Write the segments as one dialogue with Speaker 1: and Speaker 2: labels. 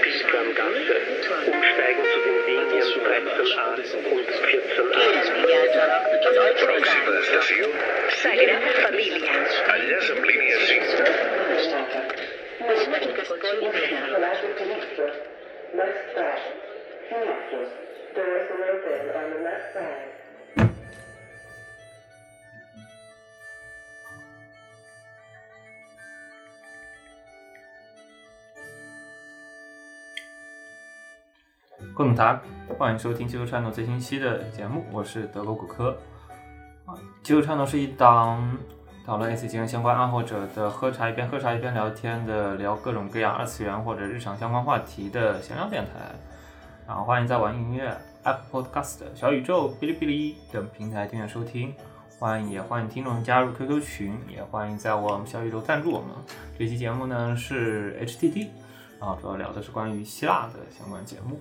Speaker 1: Amsterdam-Gasse, umsteigen zu den Linien 13a und 14a.
Speaker 2: Próxima estación,
Speaker 3: Sagrada Familia.
Speaker 2: allá en línea 5.
Speaker 4: Left side. Connected. Doors will open on the left side.
Speaker 5: 各位们大家欢迎收听《技术串动》最新期的节目，我是德国骨科。啊，《技术串动》是一档讨论 AC 精神相关爱好者的喝茶一边喝茶一边聊天的，聊各种各样二次元或者日常相关话题的闲聊电台。然后欢迎在网易音乐、Apple Podcast、小宇宙、哔哩哔哩等平台订阅收听。欢迎也欢迎听众加入 QQ 群，也欢迎在我们小宇宙赞助我们。这期节目呢是 HTT，然啊后主要聊的是关于希腊的相关节目。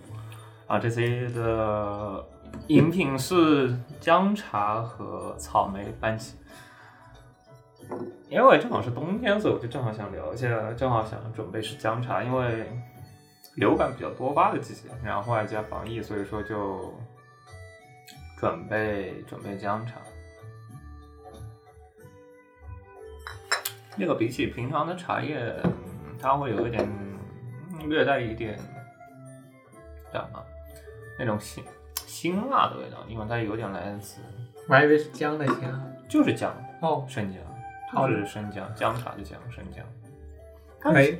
Speaker 5: 啊，这次的饮品是姜茶和草莓班戟。因为正好是冬天，所以我就正好想聊一下，正好想准备是姜茶，因为流感比较多发的季节，然后外加防疫，所以说就准备准备姜茶。那个比起平常的茶叶，嗯它会有一点嗯略带一点叫什么那种辛辛辣的味道，因为它有点来自
Speaker 6: 我还以为是姜的姜
Speaker 5: 就是姜
Speaker 6: 哦，
Speaker 5: 生姜，
Speaker 6: 哦
Speaker 5: 就是生姜，姜茶的姜，生姜。
Speaker 6: 没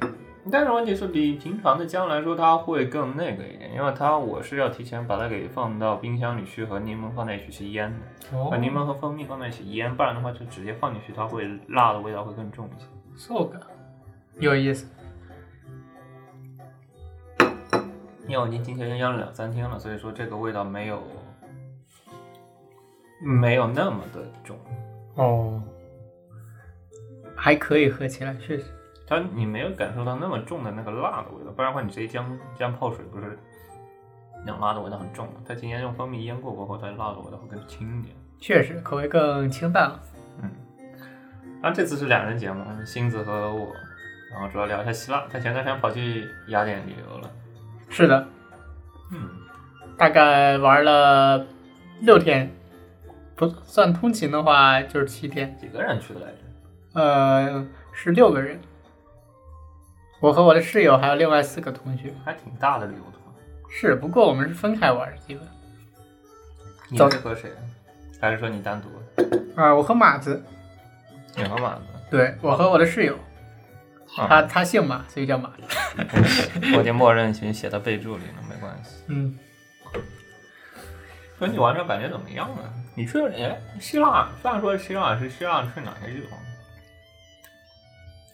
Speaker 5: 但是问题是，比平常的姜来说，它会更那个一点，因为它我是要提前把它给放到冰箱里去和柠檬放在一起去腌的，
Speaker 6: 哦
Speaker 5: 把柠檬和蜂蜜放在一起腌，不然的话就直接放进去，它会辣的味道会更重一些。
Speaker 6: so 个有意思，
Speaker 5: 因为我已经提前腌了两三天了，所以说这个味道没有没有那么的重。
Speaker 6: 哦，还可以喝起来，确实
Speaker 5: 它你没有感受到那么重的那个辣的味道，不然的话你直接姜姜泡水不是那种辣的味道很重吗？它今天用蜂蜜腌过过后，它辣的味道会更轻一点。
Speaker 6: 确实口味更清淡了。
Speaker 5: 嗯，然后这次是两人节目，星子和我，然后主要聊一下希腊。他前段时间跑去雅典旅游了，
Speaker 6: 是的，
Speaker 5: 嗯，
Speaker 6: 大概玩了六天，不算通勤的话就是七天，
Speaker 5: 几个人去的来着？
Speaker 6: 呃，是六个人，我和我的室友还有另外四个同学。
Speaker 5: 还挺大的旅游团。
Speaker 6: 是，不过我们是分开玩儿，基本。
Speaker 5: 你
Speaker 6: 走
Speaker 5: 是和谁？啊还是说你单独？
Speaker 6: 啊、我和马子，
Speaker 5: 你和马子？
Speaker 6: 对我和我的室友，他
Speaker 5: 啊，
Speaker 6: 他姓马，所以叫马。
Speaker 5: 我已经默认已经写到备注里了，没关系。
Speaker 6: 嗯，
Speaker 5: 说你玩这感觉怎么样呢？你去了哎，希腊，虽然说希腊是希腊，去哪些地方？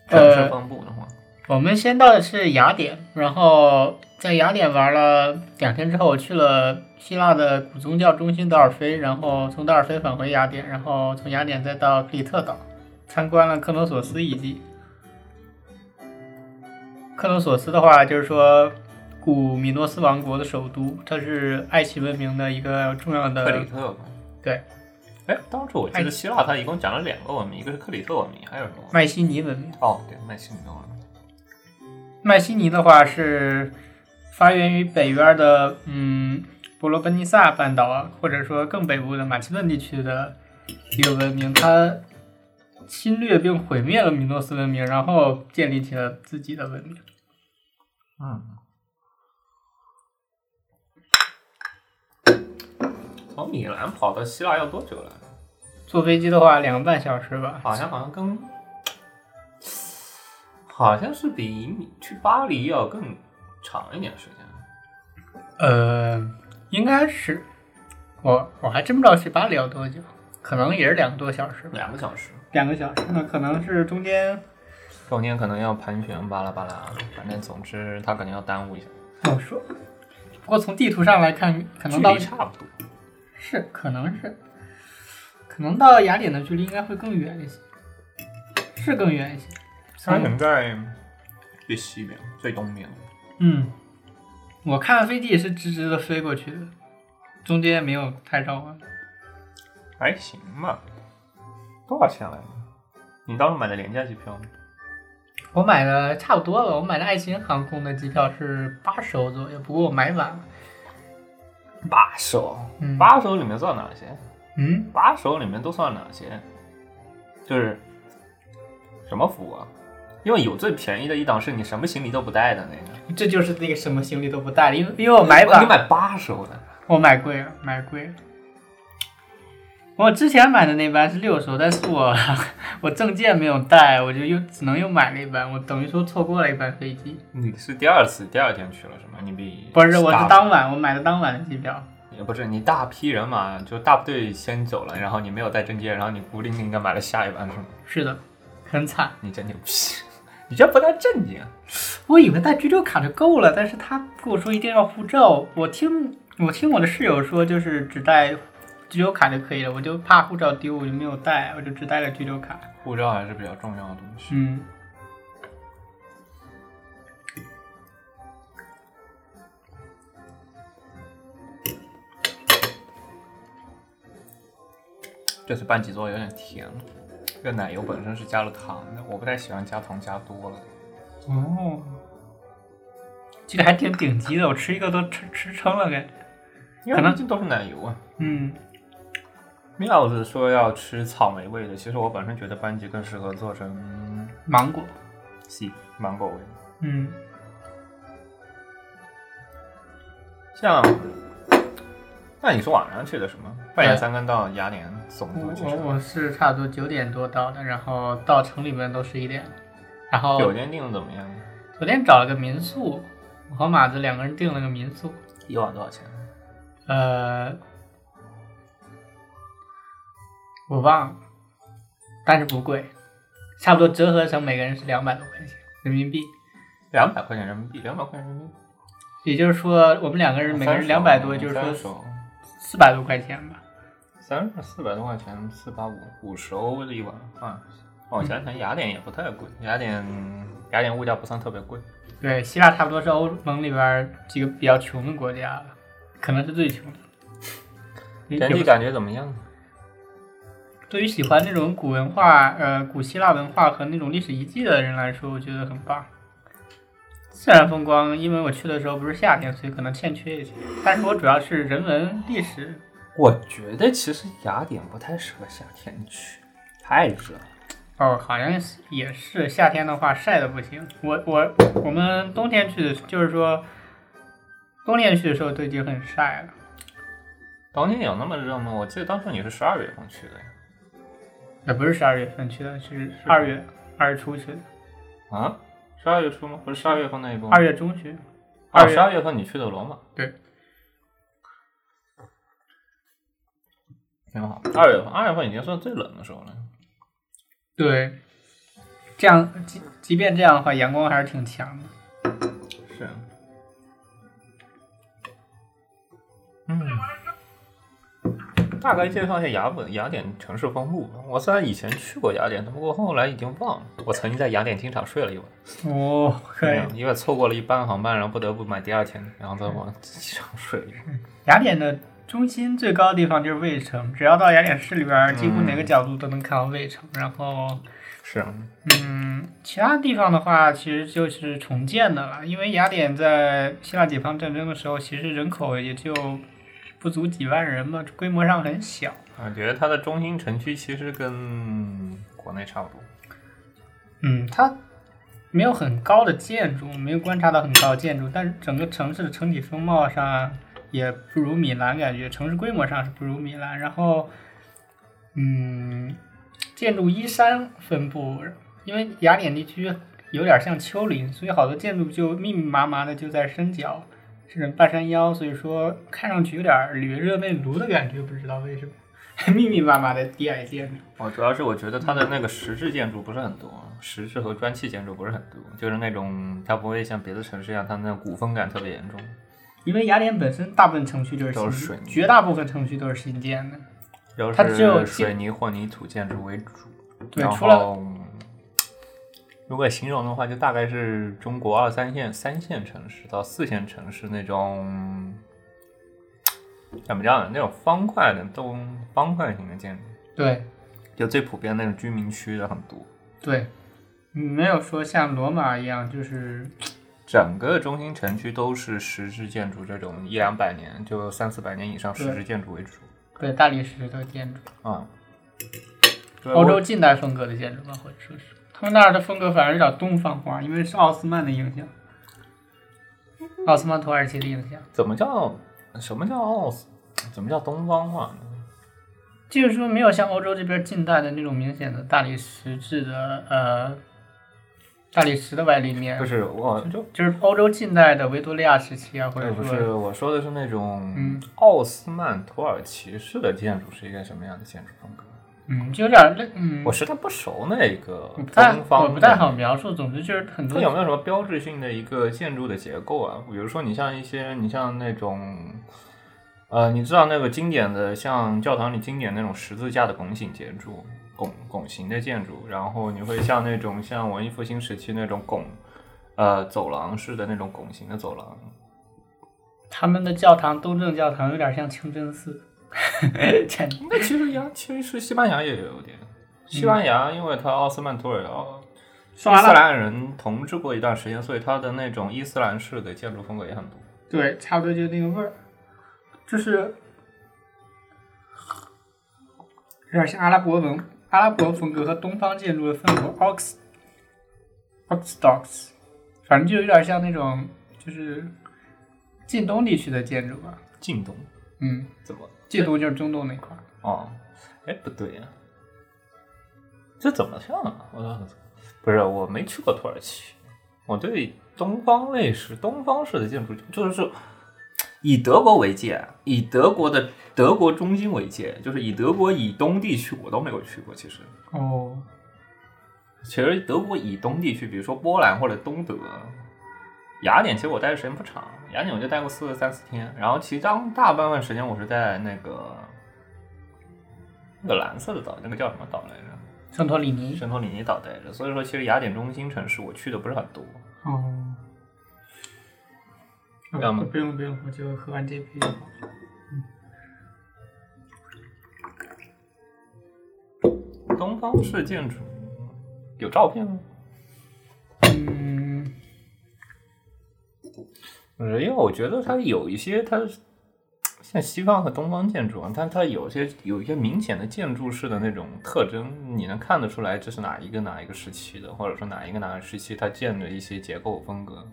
Speaker 5: 城市
Speaker 6: 呃，
Speaker 5: 分布的话，
Speaker 6: 我们先到的是雅典，然后在雅典玩了两天之后，我去了希腊的古宗教中心德尔菲，然后从德尔菲返回雅典，然后从雅典再到克里特岛，参观了克罗索斯遗迹。克罗索斯的话，就是说古米诺斯王国的首都，它是埃及文明的一个重要
Speaker 5: 克里
Speaker 6: 的
Speaker 5: 特吧。
Speaker 6: 对
Speaker 5: 呃哎，当初我记得希腊它一共讲了两个文明，一个是克里特文明，还有什么文明？
Speaker 6: 迈锡尼文明。
Speaker 5: 哦，对，麦西米诺文明。
Speaker 6: 麦西尼的话是发源于北边的嗯伯罗奔尼撒半岛啊，或者说更北部的马其顿地区的一个文明，它侵略并毁灭了米诺斯文明，然后建立起了自己的文明。
Speaker 5: 嗯。从米兰跑到希腊要多久来着？
Speaker 6: 坐飞机的话，两个半小时吧。
Speaker 5: 好像好像跟，好像是比米去巴黎要更长一点时间。
Speaker 6: 呃，应该是我我还真不知道去巴黎要多久，可能也是两个多小时吧。
Speaker 5: 两个小时，
Speaker 6: 两个小时，那可能是中间
Speaker 5: 中间可能要盘旋巴拉巴拉，反正总之他可能要耽误一下，
Speaker 6: 好哦说。不过从地图上来看，可
Speaker 5: 距
Speaker 6: 能到
Speaker 5: 离差不多。
Speaker 6: 是，可能是，可能到雅典的距离应该会更远一些，是更远一些。
Speaker 5: 他可能在最西边、最东边。
Speaker 6: 嗯，我看飞机也是直直的飞过去的，中间没有啊太绕弯。
Speaker 5: 还行吧。多少钱来着？你当时买的廉价机票吗？
Speaker 6: 我买的差不多了，我买的爱琴航空的机票是八十欧左右，不过我买晚了。
Speaker 5: 八首
Speaker 6: 嗯，
Speaker 5: 八首里面算哪些？
Speaker 6: 嗯，
Speaker 5: 八首里面都算哪些？就是什么服务啊？因为有最便宜的一档是你什么行李都不带的那个，
Speaker 6: 这就是那个什么行李都不带了，因为因为我买晚
Speaker 5: 你买八首的，
Speaker 6: 我买贵了，买贵了。我之前买的那班是六手，但是我 我证件没有带，我就又只能又买了一班，我等于说错过了一班飞机。
Speaker 5: 你是第二次第二天去了是吗？你比
Speaker 6: 不是，我
Speaker 5: 大
Speaker 6: 是当晚我买的当晚的机票。
Speaker 5: 也不是你大批人马就大部队先走了，然后你没有带证件，然后你孤零零的买了下一班是吗？
Speaker 6: 是的，很惨。
Speaker 5: 你真牛逼， 你这不带啊证件，
Speaker 6: 我以为带居留卡就够了，但是他跟我说一定要护照。我听我听我的室友说，就是只带居留卡就可以了，我就怕护照丢，我就没有带，我就只带了居留卡。
Speaker 5: 护照还是比较重要的东西。
Speaker 6: 嗯。
Speaker 5: 这次半脊做有点甜，这个奶油本身是加了糖的，我不太喜欢加糖加多了。
Speaker 6: 哦，这个还挺顶级的，我吃一个都吃吃撑了，感觉。
Speaker 5: 因为毕竟都是奶油啊。
Speaker 6: 嗯，
Speaker 5: 妙子说要吃草莓味的，其实我本身觉得班戟更适合做成
Speaker 6: 芒果，
Speaker 5: 西芒果味的。
Speaker 6: 嗯，
Speaker 5: 像，那你是晚上去的什么？半夜三更到雅典总
Speaker 6: 哎我
Speaker 5: 部机
Speaker 6: 我
Speaker 5: 场，
Speaker 6: 我是差不多九点多到的，然后到城里面都十一点了，然后
Speaker 5: 酒店订的怎么样？
Speaker 6: 昨天找了个民宿，我和马子两个人订了个民宿，
Speaker 5: 一晚多少钱？
Speaker 6: 呃，我忘了，但是不贵，差不多折合成每个人是两百多块钱人民币。
Speaker 5: 两百块钱人民币，两百块钱人民币，
Speaker 6: 也就是说，我们两个人每个人两百多，也就是
Speaker 5: 三
Speaker 6: 说
Speaker 5: 手
Speaker 6: 四百多块钱吧。
Speaker 5: 三十四百多块钱，四八五五十欧的一晚饭。哦，想想雅典也不太贵，雅典雅典物价不算特别贵。
Speaker 6: 对，希腊差不多是欧盟里边儿几个比较穷的国家了，可能是最穷的。也
Speaker 5: 整体
Speaker 6: 也不
Speaker 5: 感觉怎么样？
Speaker 6: 对于喜欢那种古文化、呃古希腊文化和那种历史遗迹的人来说，我觉得很棒。自然风光，因为我去的时候不是夏天，所以可能欠缺一些。但是我主要是人文历史，
Speaker 5: 我觉得其实雅典不太适合夏天去，太热了。
Speaker 6: 哦，好像是也是夏天的话晒的不行。我我我们冬天去的，就是说冬天去的时候都已经很晒了。
Speaker 5: 当年有那么热吗？我记得当时你是十二月份去的呀。
Speaker 6: 也呃不是十二月份去的，是二月二月初去的，
Speaker 5: 啊？十二月初吗？不是十二月份那一波吗？
Speaker 6: 二月中旬。
Speaker 5: 二
Speaker 6: 二月
Speaker 5: 十二月份你去的罗马，
Speaker 6: 对，
Speaker 5: 挺好。二月份，二月份已经算最冷的时候了。
Speaker 6: 对，这样即即便这样的话，阳光还是挺强的。
Speaker 5: 是。啊嗯，大概介绍一下雅本雅典城市风物吧。我虽然以前去过雅典，但不过后来已经忘了。我曾经在雅典机场睡了一晚，
Speaker 6: 哦，可以。
Speaker 5: 因为错过了一班航班，然后不得不买第二天，然后再往机场睡一晚。
Speaker 6: 雅典的中心最高的地方就是卫城，只要到雅典市里边儿，几乎哪个角度都能看到卫城。然后，
Speaker 5: 是啊，
Speaker 6: 嗯，其他地方的话，其实就是重建的了，因为雅典在希腊解放战争的时候，其实人口也就不足几万人嘛，规模上很小。
Speaker 5: 我啊觉得它的中心城区其实跟国内差不多。
Speaker 6: 嗯，它没有很高的建筑，没有观察到很高的建筑，但是整个城市的整体风貌上也不如米兰，感觉城市规模上是不如米兰。然后，嗯，建筑依山分布，因为雅典地区有点像丘陵，所以好多建筑就密密麻麻的就在山脚，甚至半山腰，所以说看上去有点里约热内卢的感觉，不知道为什么， 密密麻麻的低矮建筑。
Speaker 5: 我哦主要是我觉得它的那个石质建筑不是很多，石质和砖砌建筑不是很多，就是那种它不会像别的城市一样，它那种古风感特别严重。
Speaker 6: 因为雅典本身大部分城区就是
Speaker 5: 都是
Speaker 6: 新
Speaker 5: 水泥
Speaker 6: 绝大部分城区都是新建的。
Speaker 5: 都
Speaker 6: 它只有
Speaker 5: 是水泥混凝土建筑为主，
Speaker 6: 对
Speaker 5: 然
Speaker 6: 除了
Speaker 5: 后如果形容的话，就大概是中国二三线、三线城市到四线城市那种怎么讲呢？那种方块的东方块型的建筑，
Speaker 6: 对
Speaker 5: 就最普遍的那种居民区的很多。
Speaker 6: 对，嗯没有说像罗马一样，就是
Speaker 5: 整个中心城区都是石质建筑，这种一两百年就三四百年以上石质建筑为主
Speaker 6: 对大理石的建筑，
Speaker 5: 啊。对
Speaker 6: 欧洲
Speaker 5: 我
Speaker 6: 近代风格的建筑吧，或者说是他们那儿的风格反而有点东方化，因为是奥斯曼的影响，奥斯曼土耳其的影响。
Speaker 5: 怎么叫什么叫奥斯？怎么叫东方化呢？
Speaker 6: 就是说没有像欧洲这边近代的那种明显的大理石质的呃大理石的外立面，
Speaker 5: 不是我就
Speaker 6: 就是欧洲近代的维多利亚时期啊，或
Speaker 5: 对，
Speaker 6: 者
Speaker 5: 不是
Speaker 6: 说
Speaker 5: 我说的是那种
Speaker 6: 嗯
Speaker 5: 奥斯曼土耳其式的建筑是一个什么样的建筑风格？
Speaker 6: 嗯，就有点儿类嗯，
Speaker 5: 我实在不熟那个
Speaker 6: 我不太
Speaker 5: 东方
Speaker 6: 我
Speaker 5: 的，
Speaker 6: 不太好描述，总之就是很
Speaker 5: 它
Speaker 6: 多
Speaker 5: 有没有什么标志性的一个建筑的结构啊？比如说，你像一些，你像那种，呃，你知道那个经典的，像教堂里经典那种十字架的拱形建筑，拱拱形的建筑，然后你会像那种像文艺复兴时期那种拱，呃，走廊式的那种拱形的走廊，
Speaker 6: 他们的教堂东正教堂有点像清真 寺，简
Speaker 5: 那其实呀，其实是西班牙也有点。西班牙，因为它奥斯曼土耳其伊斯
Speaker 6: 完了
Speaker 5: 兰人统治过一段时间，所以它的那种伊斯兰式的建筑风格也很多。
Speaker 6: 对，差不多就那个味儿，就是有点像阿拉伯文、阿拉伯风格和东方建筑的风格 （ox orthodox），反正就有点像那种就是近东地区的建筑吧。
Speaker 5: 近东
Speaker 6: 嗯，
Speaker 5: 怎么？
Speaker 6: 近东就是中东那块儿。
Speaker 5: 哦，哎，不对呀、这怎么像啊？我不是，我没去过土耳其，我对东方类似、东方式的建筑就是以德国为界，以德国的德国中心为界，就是以德国以东地区我都没有去过，其实。
Speaker 6: 哦，
Speaker 5: 其实德国以东地区，比如说波兰或者东德，雅典其实我待的时间不长，雅典我就待过四三四天，然后其中大半分时间我是在那个那个蓝色的岛，那个叫什么岛来着？
Speaker 6: 圣托里尼。
Speaker 5: 圣托里尼岛待着。所以说，其实雅典中心城市我去的不是很多。
Speaker 6: 哦。
Speaker 5: 要吗
Speaker 6: 不用不用，我就喝完这杯就好。
Speaker 5: 东方式建筑有照片吗？
Speaker 6: 嗯，
Speaker 5: 嗯，因为我觉得它有一些它是像西方和东方建筑啊，但它有些有一些明显的建筑式的那种特征，你能看得出来这是哪一个哪一个时期的，或者说哪一个哪个时期它建的一些结构风格。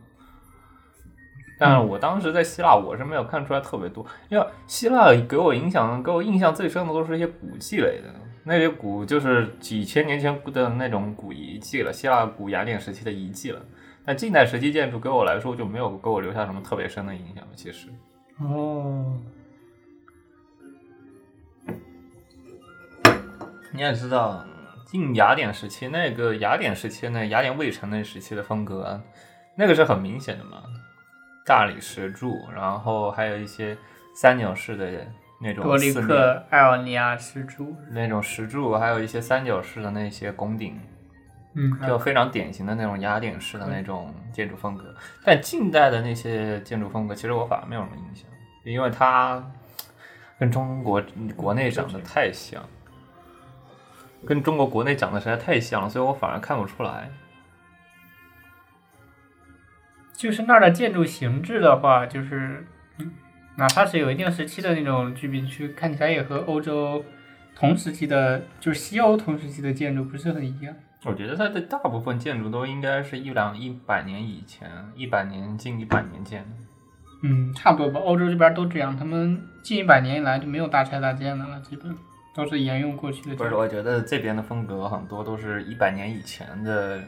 Speaker 5: 但是我当时在希腊，我是没有看出来特别多，因为希腊给我影响、给我印象最深的都是一些古迹类的，那些古就是几千年前的那种古遗迹了，希腊古雅典时期的遗迹了。但近代时期建筑给我来说就没有给我留下什么特别深的影响。其实，
Speaker 6: 哦，
Speaker 5: 你也知道，近雅典时期那个雅典时期那雅典卫城那时期的风格、啊，那个是很明显的嘛，大理石柱，然后还有一些三角式的那种
Speaker 6: 多利
Speaker 5: 四面
Speaker 6: 克、艾奥尼亚石柱，
Speaker 5: 那种石柱，还有一些三角式的那些拱顶，
Speaker 6: 嗯，
Speaker 5: 就非常典型的那种雅典式的那种建筑风格。但近代的那些建筑风格，其实我反而没有什么印象，因为它跟中国国内长得太像，跟中国国内长得实在太像了，所以我反而看不出来。
Speaker 6: 就是那儿的建筑形制的话，就是嗯哪怕是有一定时期的那种居民区，看起来也和欧洲同时期的，就是西欧同时期的建筑不是很一样。
Speaker 5: 我觉得它的大部分建筑都应该是一两一百年以前，一百年近一百年建的。
Speaker 6: 嗯，差不多吧。欧洲这边都这样，他们近一百年以来就没有大拆大建的了，基本都是沿用过去的
Speaker 5: 不
Speaker 6: 建
Speaker 5: 是，
Speaker 6: 筑。
Speaker 5: 我觉得这边的风格很多都是一百年以前的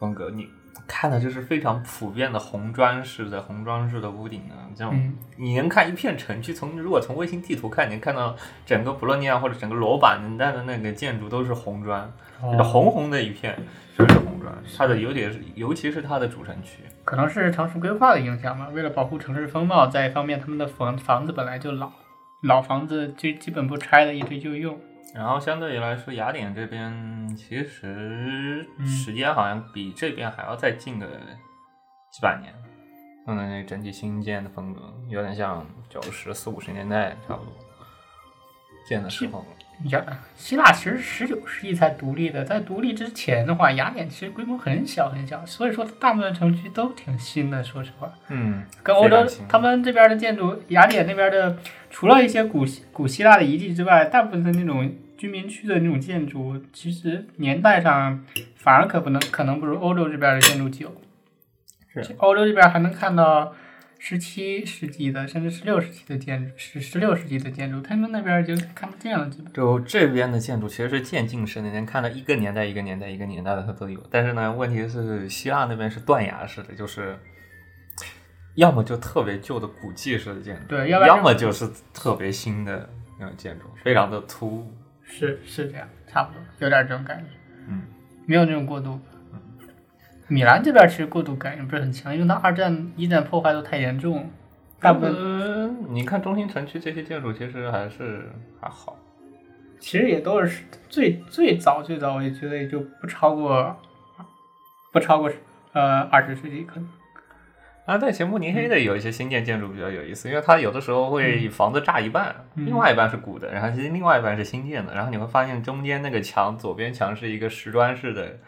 Speaker 5: 风格，你看的就是非常普遍的红砖式的红砖式的屋顶啊，这种、
Speaker 6: 嗯
Speaker 5: 你能看一片城区，从如果从卫星地图看，你能看到整个博洛尼亚或者整个罗马年代的那个建筑都是红砖，
Speaker 6: 哦
Speaker 5: 就是红红的一片，全是红砖。它的有点是，尤其是它的主城区，
Speaker 6: 可能是城市规划的影响吧。为了保护城市风貌，在一方面，他们的房房子本来就老，老房子就基本不拆了，一直就用。
Speaker 5: 然后相对于来说，雅典这边其实
Speaker 6: 嗯
Speaker 5: 时间好像比这边还要再近个几百年，嗯，那整体新建的风格有点像九十四五十年代差不多建的时候，
Speaker 6: 你想，啊希腊其实十九世纪才独立的，在独立之前的话，雅典其实规模很小很小，所以说大部分城区都挺新的。说实话，
Speaker 5: 嗯，
Speaker 6: 跟欧洲
Speaker 5: 非常新
Speaker 6: 他们这边的建筑，雅典那边的，除了一些古希古希腊的遗迹之外，大部分的那种居民区的那种建筑，其实年代上反而可不能可能不如欧洲这边的建筑久。
Speaker 5: 是
Speaker 6: 欧洲这边还能看到十七世纪的，甚至十六世纪的建筑，十十六世纪的建筑，他们那边就看不见了，基本。
Speaker 5: 就这边的建筑其实是渐进式的，能看到一个年代一个年代一个年代的它都有。但是呢，问题是希腊那边是断崖式的，就是要么就特别旧的古迹式的建筑，
Speaker 6: 对要
Speaker 5: 要
Speaker 6: 不然就
Speaker 5: 么就是特别新的那种建筑，非常的突兀。
Speaker 6: 是是这样，差不多，有点这种感觉，
Speaker 5: 嗯，
Speaker 6: 没有那种过度。米兰这边其实过度感也不是很强，因为它二战、一战破坏都太严重，大部分
Speaker 5: 嗯，你看中心城区这些建筑其实还是还好，
Speaker 6: 其实也都是最最早最早，我也觉得也就不超过不超过呃二十世纪可能。
Speaker 5: 啊，对，前慕尼黑的有一些新建建筑比较有意思，因为它有的时候会房子炸一半，
Speaker 6: 嗯
Speaker 5: 另外一半是古的，然后其实另外一半是新建的，然后你会发现中间那个墙，左边墙是一个石砖式的，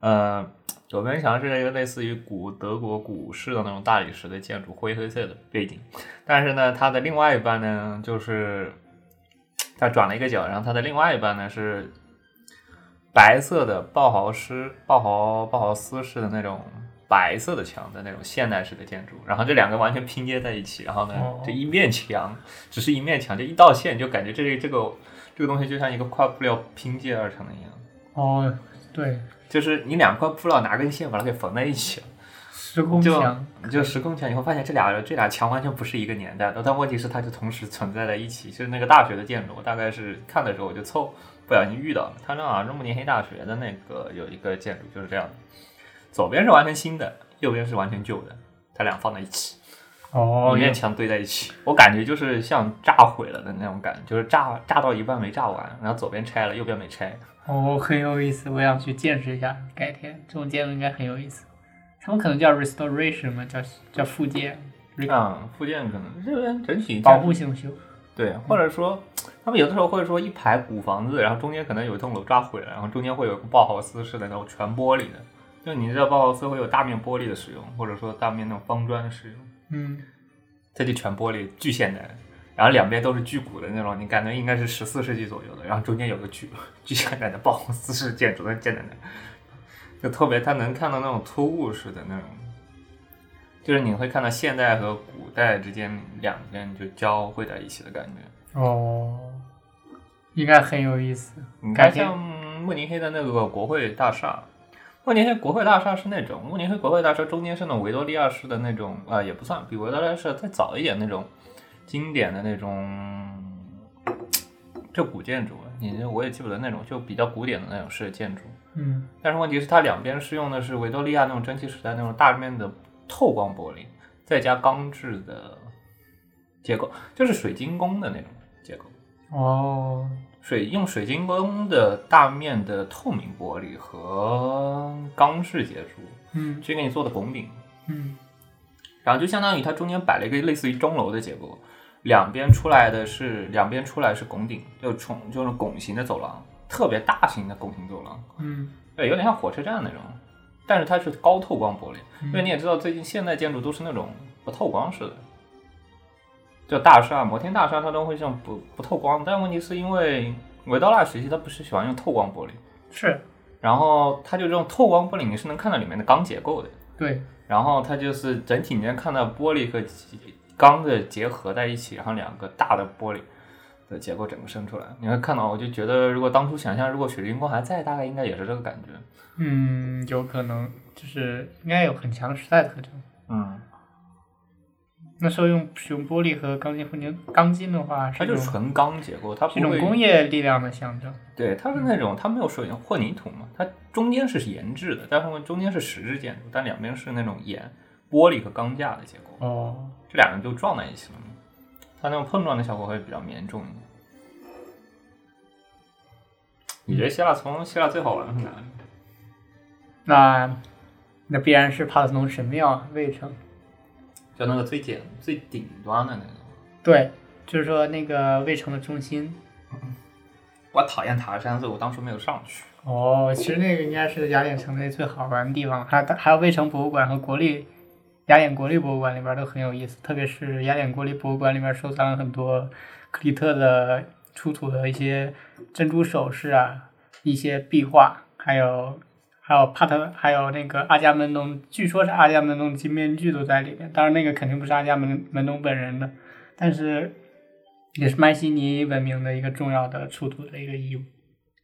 Speaker 5: 呃，左边墙是一个类似于古德国古式的那种大理石的建筑，灰黑色的背景，但是呢，它的另外一半呢，就是它转了一个角，然后它的另外一半呢是白色的鲍豪斯鲍豪鲍豪斯式的那种白色的墙的那种现代式的建筑，然后这两个完全拼接在一起，然后呢
Speaker 6: 哦，
Speaker 5: 这一面墙只是一面墙，就一道线，就感觉这个这个这个东西就像一个块布料拼接而成的一样，
Speaker 6: 哦，对，
Speaker 5: 就是你两块布料拿根线把它给缝在一起了。
Speaker 6: 时空
Speaker 5: 就
Speaker 6: 墙，
Speaker 5: 就时空墙，你会发现这俩这俩墙完全不是一个年代的，但问题是它就同时存在在一起。就是那个大学的建筑，我大概是看的时候我就凑，不小心遇到了。啊它正好是慕尼黑大学的那个有一个建筑就是这样的，左边是完全新的，右边是完全旧的，它俩放在一起，
Speaker 6: 哦
Speaker 5: 一面墙堆在一起，我感觉就是像炸毁了的那种感觉，就是炸炸到一半没炸完，然后左边拆了，右边没拆。
Speaker 6: 哦，很有意思，我想去见识一下，改天这种建筑应该很有意思。他们可能叫 restoration 嘛，叫叫复建，
Speaker 5: 像嗯附件可能这边整体
Speaker 6: 保护性修。
Speaker 5: 对，或者说他们有的时候会说一排古房子，然后中间可能有一栋楼炸毁了，然后中间会有个鲍豪斯式的那种全玻璃的，就你知道鲍豪斯会有大面玻璃的使用，或者说大面那种方砖的使用，
Speaker 6: 嗯，
Speaker 5: 它就全玻璃巨现代，然后两边都是巨古的那种，你感觉应该是十四世纪左右的，然后中间有个巨巨现代的鲍豪斯式建筑，那建在那，就特别它能看到那种突兀式的那种。就是你会看到现代和古代之间两边就交汇在一起的感觉，
Speaker 6: 哦，应该很有意思。
Speaker 5: 你
Speaker 6: 改
Speaker 5: 看，
Speaker 6: 天
Speaker 5: 像慕尼黑的那个国会大厦，慕尼黑国会大厦是那种慕尼黑国会大厦中间是那种维多利亚式的那种，呃，也不算比维多利亚式再早一点那种经典的那种，就古建筑，你这我也记不得那种，就比较古典的那种式建筑。
Speaker 6: 嗯，
Speaker 5: 但是问题是，它两边是用的是维多利亚那种蒸汽时代那种大面的透光玻璃，再加钢制的结构，就是水晶宫的那种结构。
Speaker 6: 哦，
Speaker 5: 水用水晶宫的大面的透明玻璃和钢式结束，
Speaker 6: 嗯
Speaker 5: 去给你做的拱顶，
Speaker 6: 嗯，
Speaker 5: 然后就相当于它中间摆了一个类似于钟楼的结构，两边出来的是两边出来是拱顶，就重就是拱形的走廊，特别大型的拱形走廊，
Speaker 6: 嗯，
Speaker 5: 对，有点像火车站那种，但是它是高透光玻璃，因为你也知道，最近现代建筑都是那种不透光式的，就大厦、摩天大厦它都会像不不透光，但问题是因为维多利亚时期它不是喜欢用透光玻璃，
Speaker 6: 是
Speaker 5: 然后它就这种透光玻璃你是能看到里面的钢结构的，
Speaker 6: 对，
Speaker 5: 然后它就是整体你能看到玻璃和钢的结合在一起，然后两个大的玻璃。的结构整个伸出来，你会看到，我就觉得，如果当初想象，如果水晶宫还在，大概应该也是这个感觉。
Speaker 6: 嗯，有可能就是应该有很强时代特征。
Speaker 5: 嗯，
Speaker 6: 那时候用使用玻璃和钢筋混凝钢筋的话，是
Speaker 5: 它
Speaker 6: 一
Speaker 5: 就
Speaker 6: 种
Speaker 5: 是纯钢结构，它不
Speaker 6: 是一种
Speaker 5: 会
Speaker 6: 工业嗯力量的象征。
Speaker 5: 对，它是那种它没有水混凝土嘛，它中间是岩质的，但是中间是石质建筑，但两边是那种岩、玻璃和钢架的结构，
Speaker 6: 哦，
Speaker 5: 这两个就撞在一起了嘛，它那种碰撞的效果会比较严重一点。你觉得希腊从希腊最好玩的是哪里？
Speaker 6: 那那必然是帕特农神庙卫城。
Speaker 5: 就那个最简最顶端的那个，
Speaker 6: 对，就是说那个卫城的中心，
Speaker 7: 我讨厌塔尔山，所以我当初没有上去。
Speaker 6: 哦，其实那个应该是雅典城内最好玩的地方，还有还有卫城博物馆和国立雅典国立博物馆里边都很有意思，特别是雅典国立博物馆里面收藏了很多克里特的出土的一些珍珠首饰啊，一些壁画，还有还有帕特，还有那个阿伽门农，据说是阿伽门农金面具都在里面，当然那个肯定不是阿伽门门农本人的，但是也是迈锡尼文明的一个重要的出土的一个遗物，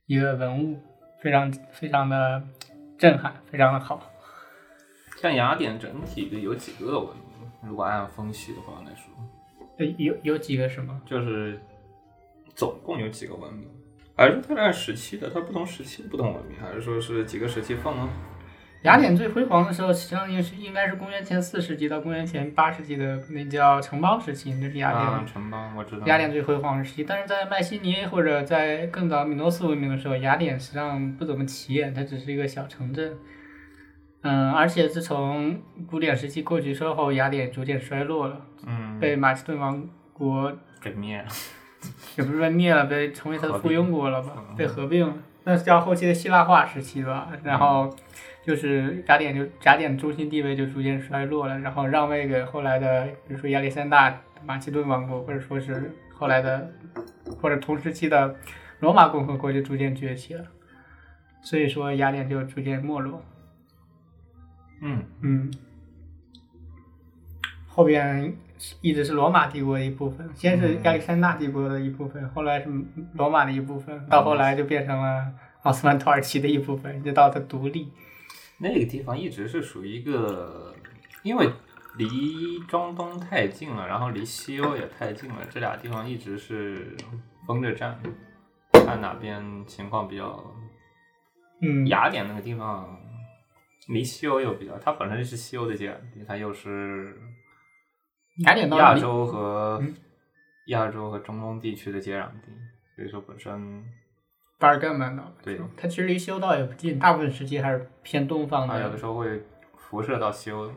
Speaker 6: 一个文物。非常非常的震撼，非常的好。
Speaker 5: 像雅典整体的有几个文明，如果按分析的话来说，
Speaker 6: 呃，有有几个什么？
Speaker 5: 就是总共有几个文明，还是它是按时期的，它不同时期的不同文明，还是说是几个时期放啊到
Speaker 6: 雅典最辉煌的时候，实际上应是应该是公元前四世纪到公元前八世纪的那叫城邦时期，那是雅典、
Speaker 5: 啊城邦？我知道
Speaker 6: 雅典最辉煌的时期。但是在迈锡尼或者在更早米诺斯文明的时候，雅典实际上不怎么起眼，它只是一个小城镇。嗯，而且自从古典时期过去之后，雅典逐渐衰落了，
Speaker 5: 嗯
Speaker 6: 被马其顿王国
Speaker 5: 给灭了，
Speaker 6: 也不是说灭了，被成为他的附庸国了吧
Speaker 5: 合并？嗯
Speaker 6: 被合并了，那是叫后期的希腊化时期吧。然后就是雅典就雅典中心地位就逐渐衰落了，然后让位给后来的，比如说亚历山大马其顿王国，或者说是后来的或者同时期的罗马共和国就逐渐崛起了。所以说雅典就逐渐没落。
Speaker 5: 嗯，
Speaker 6: 嗯，后边一直是罗马帝国的一部分，先
Speaker 5: 嗯
Speaker 6: 是亚历山大帝国的一部分，后来是罗马的一部分，到后来就变成了奥斯曼土耳其的一部分，一直到它独立。
Speaker 5: 那个地方一直是属于一个，因为离中东太近了，然后离西欧也太近了，这俩地方一直是分着战，看哪边情况比较。
Speaker 6: 嗯，
Speaker 5: 雅典那个地方离西欧又比较，它本身是西欧的接壤地，它又是
Speaker 6: 雅典到
Speaker 5: 亚
Speaker 6: 底
Speaker 5: 洲和
Speaker 6: 嗯
Speaker 5: 亚洲和中东地区的接壤地，所以说本身
Speaker 6: 巴尔干半岛，
Speaker 5: 对，
Speaker 6: 它其实离修道也不近，大部分时期还是偏东方
Speaker 5: 啊它有
Speaker 6: 的
Speaker 5: 的。时候会辐射到西欧。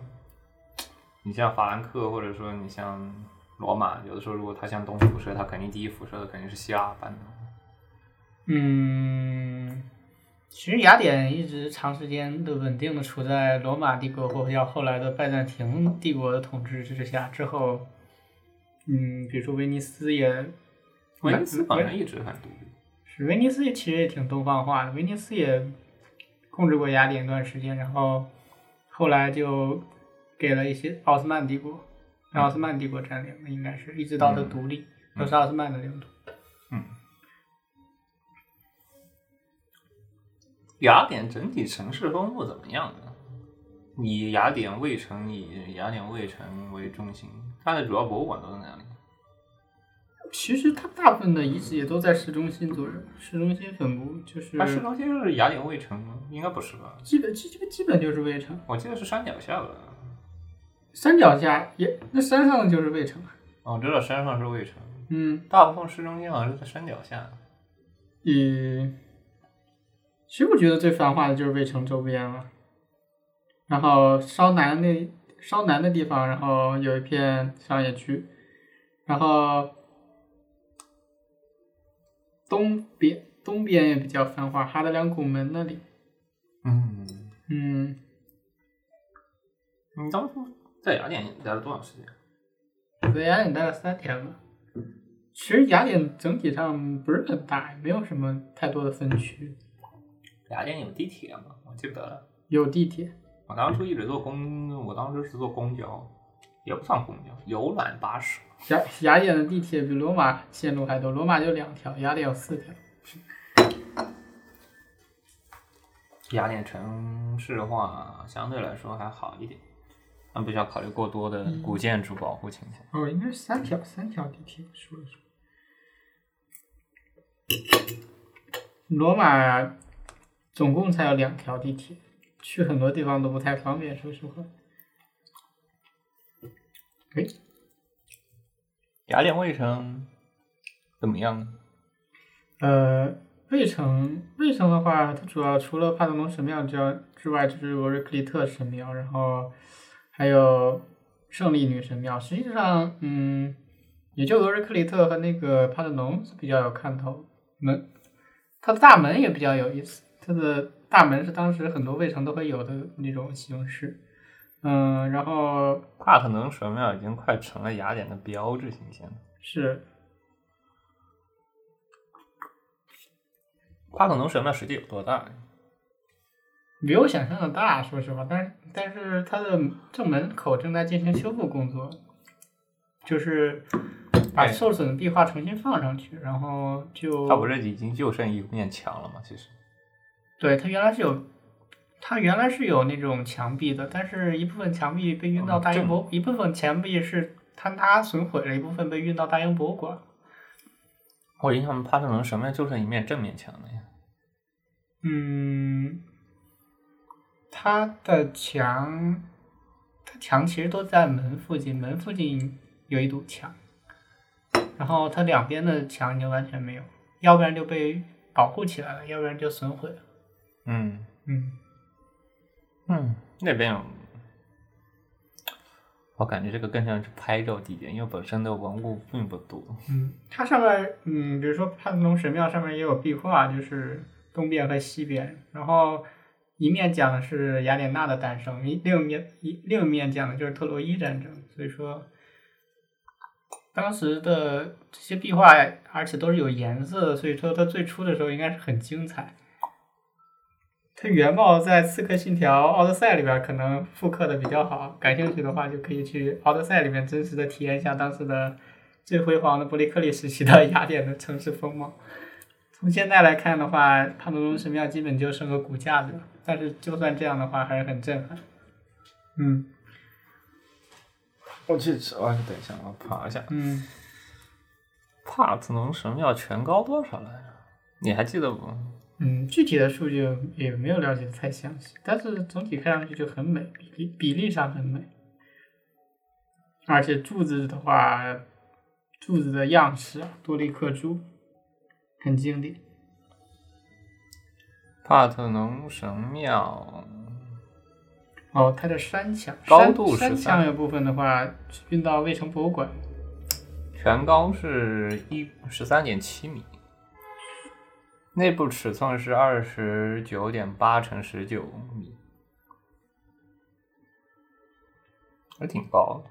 Speaker 5: 你像法兰克，或者说你像罗马，有的时候如果它向东辐射，它肯定第一辐射的肯定是希腊半岛。
Speaker 6: 嗯，其实雅典一直长时间的稳定的处在罗马帝国或要后来的拜占庭帝国的统治之下，之后，嗯，比如说威尼斯也，
Speaker 5: 威尼斯本身
Speaker 6: 威
Speaker 5: 一直很独立，
Speaker 6: 是威尼斯其实也挺东方化的，威尼斯也控制过雅典一段时间，然后后来就给了一些奥斯曼帝国，让奥斯曼帝国占领的，应该是一直到它
Speaker 5: 嗯
Speaker 6: 独立，都是奥斯曼的领土。
Speaker 5: 嗯，雅典整体城市分布怎么样呢？以雅典卫城以雅典卫城为中心，它的主要博物馆都在哪里？
Speaker 6: 其实它大部分的遗址也都在市中心左右，市中心分布就是
Speaker 5: 啊它市中心是雅典卫城吗？应该不是吧？
Speaker 6: 基本基基本基本就是卫城，
Speaker 5: 我记得是山脚下吧。
Speaker 6: 山脚下也那山上的就是卫城，啊
Speaker 5: 哦，我知道山上是卫城，
Speaker 6: 嗯，
Speaker 5: 大部分市中心好像是在山脚下。
Speaker 6: 也其实我觉得最繁华的就是卫城周边了，然后稍南那稍南的地方，然后有一片商业区，然后东边东边也比较繁华，哈德良古门那里，
Speaker 5: 嗯，
Speaker 6: 嗯。
Speaker 5: 你当初在雅典待了多长时间？
Speaker 6: 我在雅典待了三天吧。其实雅典整体上不是很大，没有什么太多的分区，
Speaker 5: 雅典有地铁吗？我记不得了。
Speaker 6: 有地铁。
Speaker 5: 我当初一直坐公，我当时是坐公交，也不算公交，游览巴士。
Speaker 6: 雅雅典的地铁比罗马线路还多，罗马就两条，雅典有四条。
Speaker 5: 雅典城市化相对来说还好一点，但必须要考虑过多的古建筑保护情况。
Speaker 6: 哦，应该是三条，三条地铁说的是。罗马总共才有两条地铁，去很多地方都不太方便，说实话。哎，
Speaker 5: 雅典卫城怎么样呢？
Speaker 6: 呃，卫城卫城的话，它主要除了帕特农神庙之外之外，就是俄瑞克利特神庙，然后还有胜利女神庙。实际上，嗯，也就俄瑞克利特和那个帕特农是比较有看头。门它的大门也比较有意思，它的大门是当时很多卫城都会有的那种形式。嗯，然后
Speaker 5: 帕特农神庙已经快成了雅典的标志性建筑。
Speaker 6: 是
Speaker 5: 帕特农神庙实际有多大？
Speaker 6: 没有想象的大，说实话，但是但是它的正门口正在进行修复工作，就是把
Speaker 5: 哎
Speaker 6: 受损的壁画重新放上去，然后就
Speaker 5: 它不是已经就剩一面墙了吗？其实
Speaker 6: 对，它原来是有，它原来是有那种墙壁的，但是一部分墙壁被运到
Speaker 5: 嗯
Speaker 6: 大
Speaker 5: 这
Speaker 6: 英博，一部分墙壁是坍塌损毁了，一部分被运到大英博物馆。
Speaker 5: 我印象帕特农神庙就剩一面正面墙了呀。
Speaker 6: 嗯，它的墙，它墙其实都在门附近，门附近有一堵墙，然后它两边的墙已经完全没有，要不然就被保护起来了，要不然就损毁了。
Speaker 5: 嗯
Speaker 6: 嗯，
Speaker 5: 嗯，那边有。我感觉这个更像是拍照地点，因为本身的文物并不多。
Speaker 6: 嗯，它上面儿，嗯，比如说帕特农神庙上面也有壁画，就是东边和西边，然后一面讲的是雅典娜的诞生，一另一面一另一面讲的就是特洛伊战争，所以说当时的这些壁画，而且都是有颜色的，所以说它最初的时候应该是很精彩。它原貌在《刺客信条：奥德赛》里边儿可能复刻的比较好，感兴趣的话就可以去《奥德赛》里面真实的体验一下当时的最辉煌的伯利克利时期的 雅典的城市风貌。从现在来看的话，帕努农神庙基本就剩个骨架子了，但是就算这样的话，还是很震撼。嗯
Speaker 5: 我去，我哦等一下，我爬一下。
Speaker 6: 嗯，
Speaker 5: 帕特农神庙全高多少来着？你还记得不？
Speaker 6: 嗯，具体的数据也没有了解的太详细，但是总体看上去就很美，比例比例上很美，而且柱子的话，柱子的样式啊，多利克柱，很经典。
Speaker 5: 帕特农神庙，
Speaker 6: 哦，它的山墙，
Speaker 5: 高度
Speaker 6: 山山
Speaker 5: 13
Speaker 6: 墙有部分的话运到卫城博物馆，
Speaker 5: 全高是一十三点七米，内部尺寸是二十九点八乘十九米，还挺高的。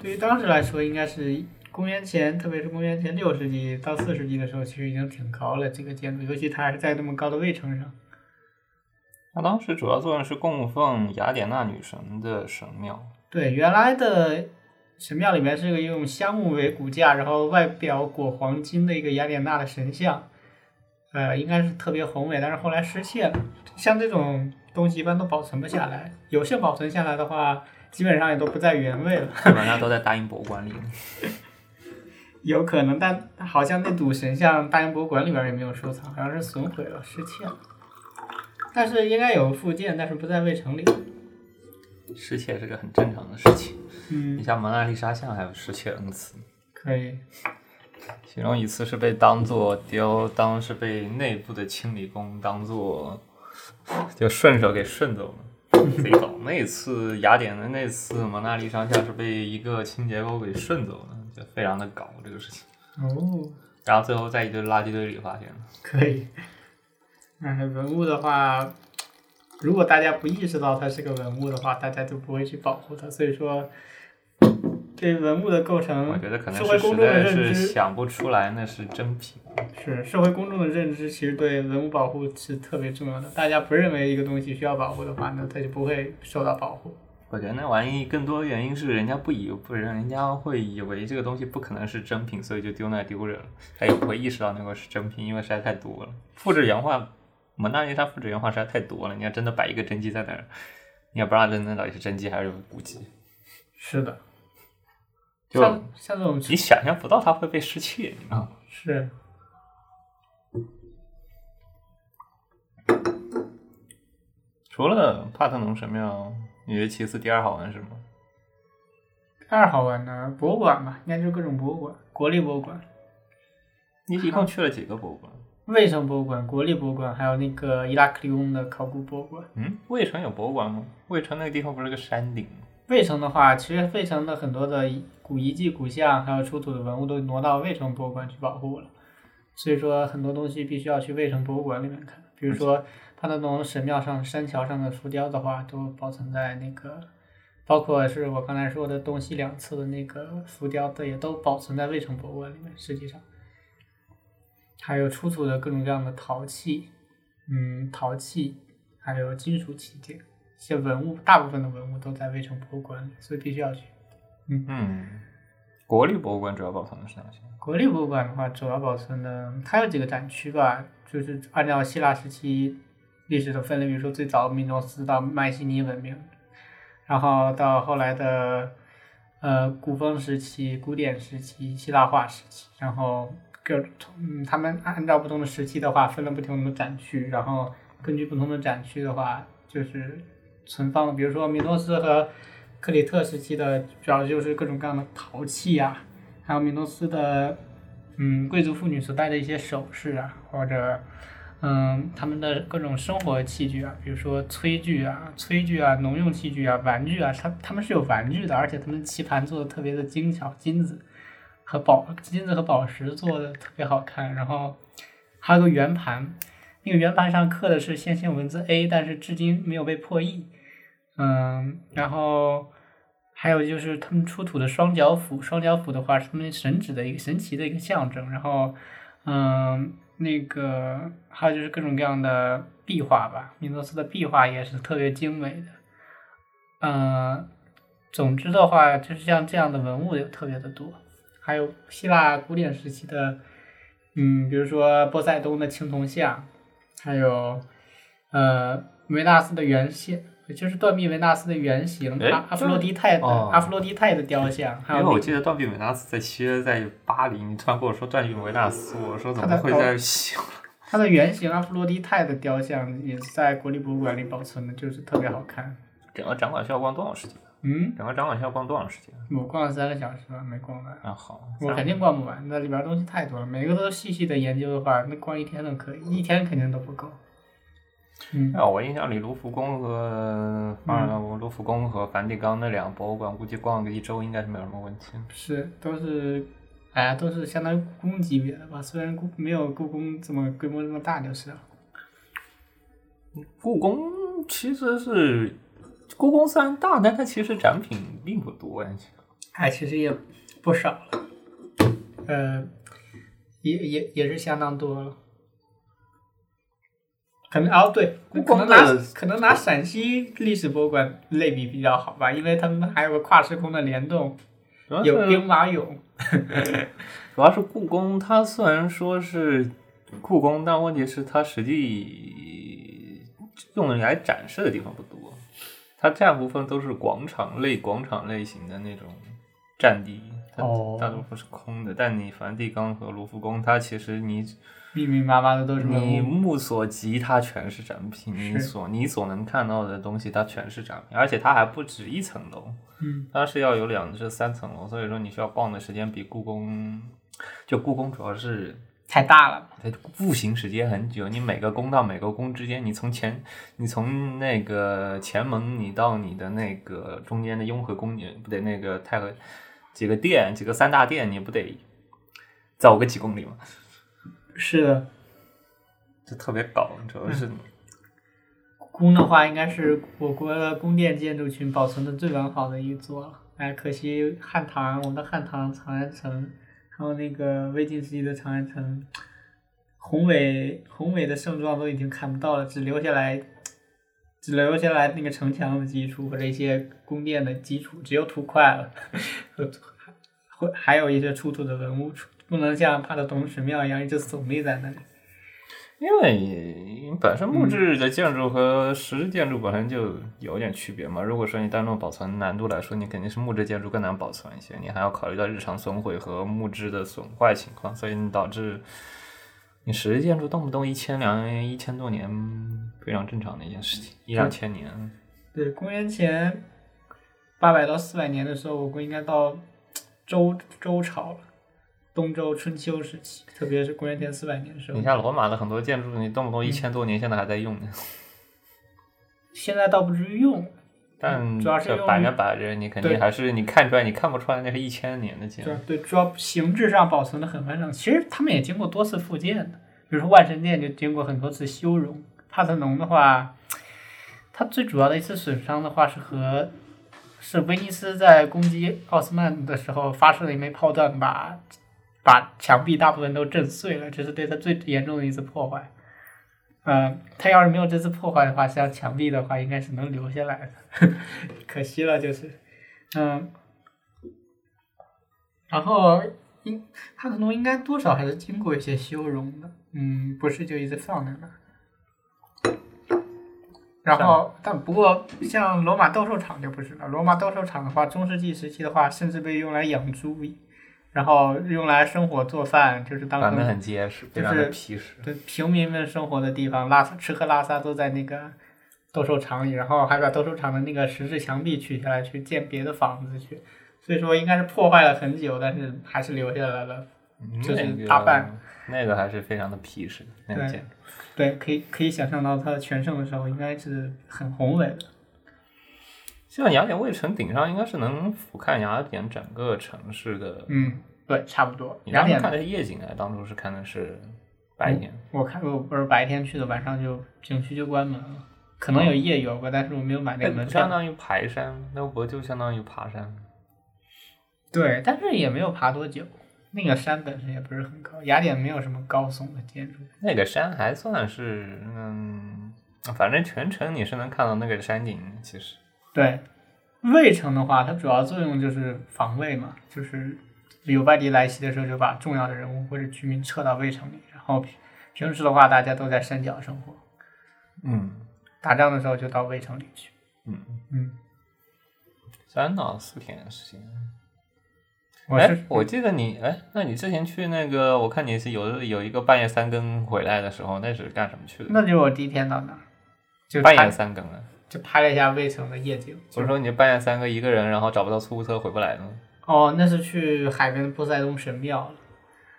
Speaker 6: 对于当时来说，应该是公元前，特别是公元前六世纪到四世纪的时候，其实已经挺高了。这个建筑，尤其它还是在那么高的卫城上。
Speaker 5: 它当时主要作用是供奉雅典娜女神的神庙，
Speaker 6: 对，原来的神庙里面是一个用香木为骨架，然后外表裹黄金的一个雅典娜的神像，呃，应该是特别宏伟，但是后来失窃了。像这种东西一般都保存不下来，有幸保存下来的话，基本上也都不在原位了。
Speaker 5: 基本上都在大英博物馆里。
Speaker 6: 有可能，但好像那堵神像大英博物馆里边也没有收藏，好像是损毁了、失窃了。但是应该有附件，但是不在卫城里。
Speaker 5: 失窃是个很正常的事情，你
Speaker 6: 嗯，
Speaker 5: 像蒙娜丽莎像还有失窃 n 次。
Speaker 6: 可以。
Speaker 5: 其中一次是被当做雕，当是被内部的清理工当做，就顺手给顺走了，贼搞。那次雅典的那次蒙娜丽莎像是被一个清洁工给顺走了，就非常的搞这个事情。
Speaker 6: 哦，
Speaker 5: 然后最后在一堆垃圾堆里发现了。
Speaker 6: 可以。嗯，文物的话，如果大家不意识到它是个文物的话，大家就不会去保护它。所以说，对文物的构成，
Speaker 5: 我觉得可能
Speaker 6: 社会
Speaker 5: 是
Speaker 6: 公
Speaker 5: 实
Speaker 6: 众的
Speaker 5: 在
Speaker 6: 认
Speaker 5: 是
Speaker 6: 知
Speaker 5: 想不出来那是真品。
Speaker 6: 是社会公众的认知，其实对文物保护是特别重要的。大家不认为一个东西需要保护的话，那它就不会受到保护。
Speaker 5: 我觉得那玩意更多原因是人家不以，不然人家会以为这个东西不可能是真品，所以就丢那丢人了，他也不会意识到那个是真品，因为实在太多了。复制原画，蒙娜丽莎复制原画实在太多了，你要真的摆一个真迹在那儿，你也不知道那到底是真迹还是古迹，
Speaker 6: 是的，
Speaker 5: 就
Speaker 6: 像像这种
Speaker 5: 你想象不到它会被失窃，你知道吗？
Speaker 6: 是，
Speaker 5: 除了帕特农神庙，你觉得其次第二好玩是什么？
Speaker 6: 二好玩的博物馆吧，应该就是各种博物馆，国立博物馆、
Speaker 5: 你一共去了几个博物馆？
Speaker 6: 卫生博物馆、国立博物馆，还有那个伊拉克利翁的考古博物馆。
Speaker 5: 嗯，魏城有博物馆吗？魏城那个地方不是个山顶吗？
Speaker 6: 魏城的话，其实魏城的很多的古遗迹、古像，还有出土的文物都挪到魏城博物馆去保护了，所以说很多东西必须要去魏城博物馆里面看。比如说它的那种神庙上、山桥上的浮雕的话，都保存在那个，包括是我刚才说的东西两侧的那个浮雕的，也都保存在魏城博物馆里面。实际上，还有出土的各种各样的陶器，嗯，陶器，还有金属器件。一些文物，大部分的文物都在魏城博物馆里，所以必须要去。
Speaker 5: 嗯，国立博物馆主要保存的是哪些？
Speaker 6: 国立博物馆的话，主要保存的它有几个展区吧，就是按照希腊时期历史的分类，比如说最早米诺斯到迈锡尼文明，然后到后来的呃古风时期、古典时期、希腊化时期，然后各种嗯，他们按照不同的时期的话，分了不同的展区，然后根据不同的展区的话，就是存放的，比如说米诺斯和克里特时期的，主要就是各种各样的陶器啊呀、还有米诺斯的，嗯，贵族妇女所戴的一些首饰啊，或者，嗯，他们的各种生活器具啊，比如说炊具啊、炊具啊、农用器具啊、玩具啊，他他们是有玩具的，而且他们棋盘做的特别的精巧，金子和宝金子和宝石做的特别好看，然后还有个圆盘，那个圆盘上刻的是线性文字 A，但是至今没有被破译，嗯，然后。还有就是他们出土的双脚斧，双脚斧的话是他们神指的一个神奇的一个象征。然后，嗯，那个还有就是各种各样的壁画吧，米诺斯的壁画也是特别精美的。嗯，总之的话，就是像这样的文物有特别的多。还有希腊古典时期的，嗯，比如说波塞冬的青铜像，还有呃维纳斯的原像，就是断臂维纳斯的原型，
Speaker 5: 哎
Speaker 6: 阿阿弗洛狄泰的、
Speaker 5: 哦
Speaker 6: 阿弗洛狄泰的雕像，还
Speaker 5: 因为
Speaker 6: 有那
Speaker 5: 我
Speaker 6: 个
Speaker 5: 记得断臂维纳斯在西约在巴黎，你突然跟我说断臂维纳斯，我说怎么会在西？
Speaker 6: 它的原型阿弗洛狄泰的雕像也是在国立博物馆里保存的，就是特别好看。
Speaker 5: 整个展馆需要逛多长时间？
Speaker 6: 嗯，
Speaker 5: 整个展馆需要逛多长时间？
Speaker 6: 我逛了三个小时吧，没逛完。
Speaker 5: 啊，好，
Speaker 6: 我肯定逛不完，那里边东西太多了，每个都细细的研究的话，那逛一天都可以，一天肯定都不够。嗯，
Speaker 5: 啊，我印象里卢浮宫和当然了，我卢浮宫和梵蒂冈那两个博物馆，估计逛个一周应该是没有什么问题。
Speaker 6: 是，都是，哎呀，都是相当于故宫级别的吧，虽然故没有故宫这么规模这么大就是了。
Speaker 5: 故宫其实是故宫虽然大，但它其实展品并不多呀。
Speaker 6: 哎，其实也不少了，呃，也也也是相当多了。可能哦，对，
Speaker 5: 故
Speaker 6: 可
Speaker 5: 宫
Speaker 6: 能拿
Speaker 5: 的
Speaker 6: 可能拿陕西历史博物馆类比比较好吧，因为他们还有个跨时空的联动，
Speaker 5: 主要是
Speaker 6: 有兵马俑。
Speaker 5: 主要是故宫，它虽然说是故宫，但问题是它实际用来展示的地方不多，它大部分都是广场类、广场类型的那种占地，它
Speaker 6: 哦
Speaker 5: 大多数是空的。但你梵蒂冈和卢浮宫，它其实你
Speaker 6: 密密麻麻的都是文
Speaker 5: 你
Speaker 6: 物
Speaker 5: 目所及，它全是展品，你
Speaker 6: 是
Speaker 5: 所你所能看到的东西，它全是展品，而且它还不止一层楼。
Speaker 6: 嗯，
Speaker 5: 它是要有两至三层楼，所以说你需要逛的时间比故宫，就故宫主要是
Speaker 6: 太大了。
Speaker 5: 它步行时间很久，你每个宫到每个宫之间，你从前你从那个前门，你到你的那个中间的雍和宫，你不得那个太和几个殿，几个三大殿，你不得走个几公里吗？
Speaker 6: 是的，
Speaker 5: 就特别搞，主要是、
Speaker 6: 宫的话，应该是我国的宫殿建筑群保存的最完好的一座了。哎，可惜汉唐，我们的汉唐长安城，还有那个魏晋时期的长安城，宏伟宏伟的盛状都已经看不到了，只留下来，只留下来那个城墙的基础或者一些宫殿的基础，只有土块了， 会还有一些出土的文物，不能像帕特同神庙一样一直耸立在那里。
Speaker 5: 因为本身
Speaker 6: 嗯
Speaker 5: 木质的建筑和石质建筑本身就有点区别嘛。如果说你单论保存难度来说，你肯定是木质建筑更难保存一些，你还要考虑到日常损毁和木质的损坏情况，所以你导致你石质建筑动不动一千两一千多年，非常正常的一件事情，一两千年。
Speaker 6: 对，公元前八百到四百年的时候，我国应该到周周朝了，东周春秋时期，特别是公元前四百年的时候
Speaker 5: 你。像罗马的很多建
Speaker 6: 嗯
Speaker 5: 筑，你动不动一千多年，现在还在用呢。
Speaker 6: 现在倒不至于用，
Speaker 5: 但
Speaker 6: 主要是
Speaker 5: 这
Speaker 6: 用
Speaker 5: 摆着摆着，你肯
Speaker 6: 对
Speaker 5: 定还是你看出来，你看不出来那是一千年的建
Speaker 6: 就是
Speaker 5: 筑。
Speaker 6: 对，主要形制上保存的很完整。其实他们也经过多次复建的，比如说万神殿就经过很多次修容。帕特农的话，它最主要的一次损伤的话是和是威尼斯在攻击奥斯曼的时候发射了一枚炮弹把，把墙壁大部分都震碎了，这是对它最严重的一次破坏。呃，它要是没有这次破坏的话，像墙壁的话，应该是能留下来的，可惜了就是，嗯。然后应帕克农应该多少还是经过一些修容的，嗯，不是就一直放在那儿。然后，但不过像罗马斗兽场就不是了。罗马斗兽场的话，中世纪时期的话，甚至被用来养猪，然后用来生火做饭，就是当
Speaker 5: 板
Speaker 6: 成
Speaker 5: 的很结实，非
Speaker 6: 就
Speaker 5: 常的
Speaker 6: 是
Speaker 5: 皮实。
Speaker 6: 对平民们生活的地方，拉萨吃喝拉撒都在那个斗兽场里，然后还把斗兽场的那个石质墙壁取下来去建别的房子去，所以说应该是破坏了很久，但是还是留下来了。就是
Speaker 5: 嗯那个
Speaker 6: 大半
Speaker 5: 那个还是非常的皮实的那个
Speaker 6: 对
Speaker 5: 建筑。
Speaker 6: 对，可以可以想象到它全盛的时候应该是很宏伟的。
Speaker 5: 像雅典卫城顶上应该是能俯瞰雅典整个城市的。
Speaker 6: 嗯，对，差不多。
Speaker 5: 你
Speaker 6: 雅
Speaker 5: 当时
Speaker 6: 典嗯
Speaker 5: 看的是夜景啊，当初是看的是白天。
Speaker 6: 我看我不是白天去的，晚上就景区就关门了。可能有夜游吧，但是我没有买那
Speaker 5: 那
Speaker 6: 个门
Speaker 5: 不相
Speaker 6: 票。
Speaker 5: 当于排山，那不就相当于爬山？
Speaker 6: 对，但是也没有爬多久。那个山本身也不是很高，雅典没有什么高耸的建筑。
Speaker 5: 那个山还算是，嗯，反正全程你是能看到那个山景的。其实，
Speaker 6: 对，卫城的话，它主要作用就是防卫嘛，就是有外敌来袭的时候，就把重要的人物或者居民撤到卫城里，然后平平时的话，大家都在山脚生活，
Speaker 5: 嗯
Speaker 6: 打仗的时候就到卫城里去。
Speaker 5: 嗯，
Speaker 6: 嗯，
Speaker 5: 三到四天的时间。
Speaker 6: 我
Speaker 5: 哎
Speaker 6: 是，
Speaker 5: 我记得你，哎，那你之前去那个，我看你是有有一个半夜三更回来的时候，那是干什么去的？
Speaker 6: 那就是我第一天到那儿，就
Speaker 5: 半
Speaker 6: 拍
Speaker 5: 夜三更啊！
Speaker 6: 就拍了一下卫城的夜景。
Speaker 5: 我是说你半夜三更一个人，然后找不到出租车回不来呢？
Speaker 6: 哦，那是去海边的波塞冬神庙了，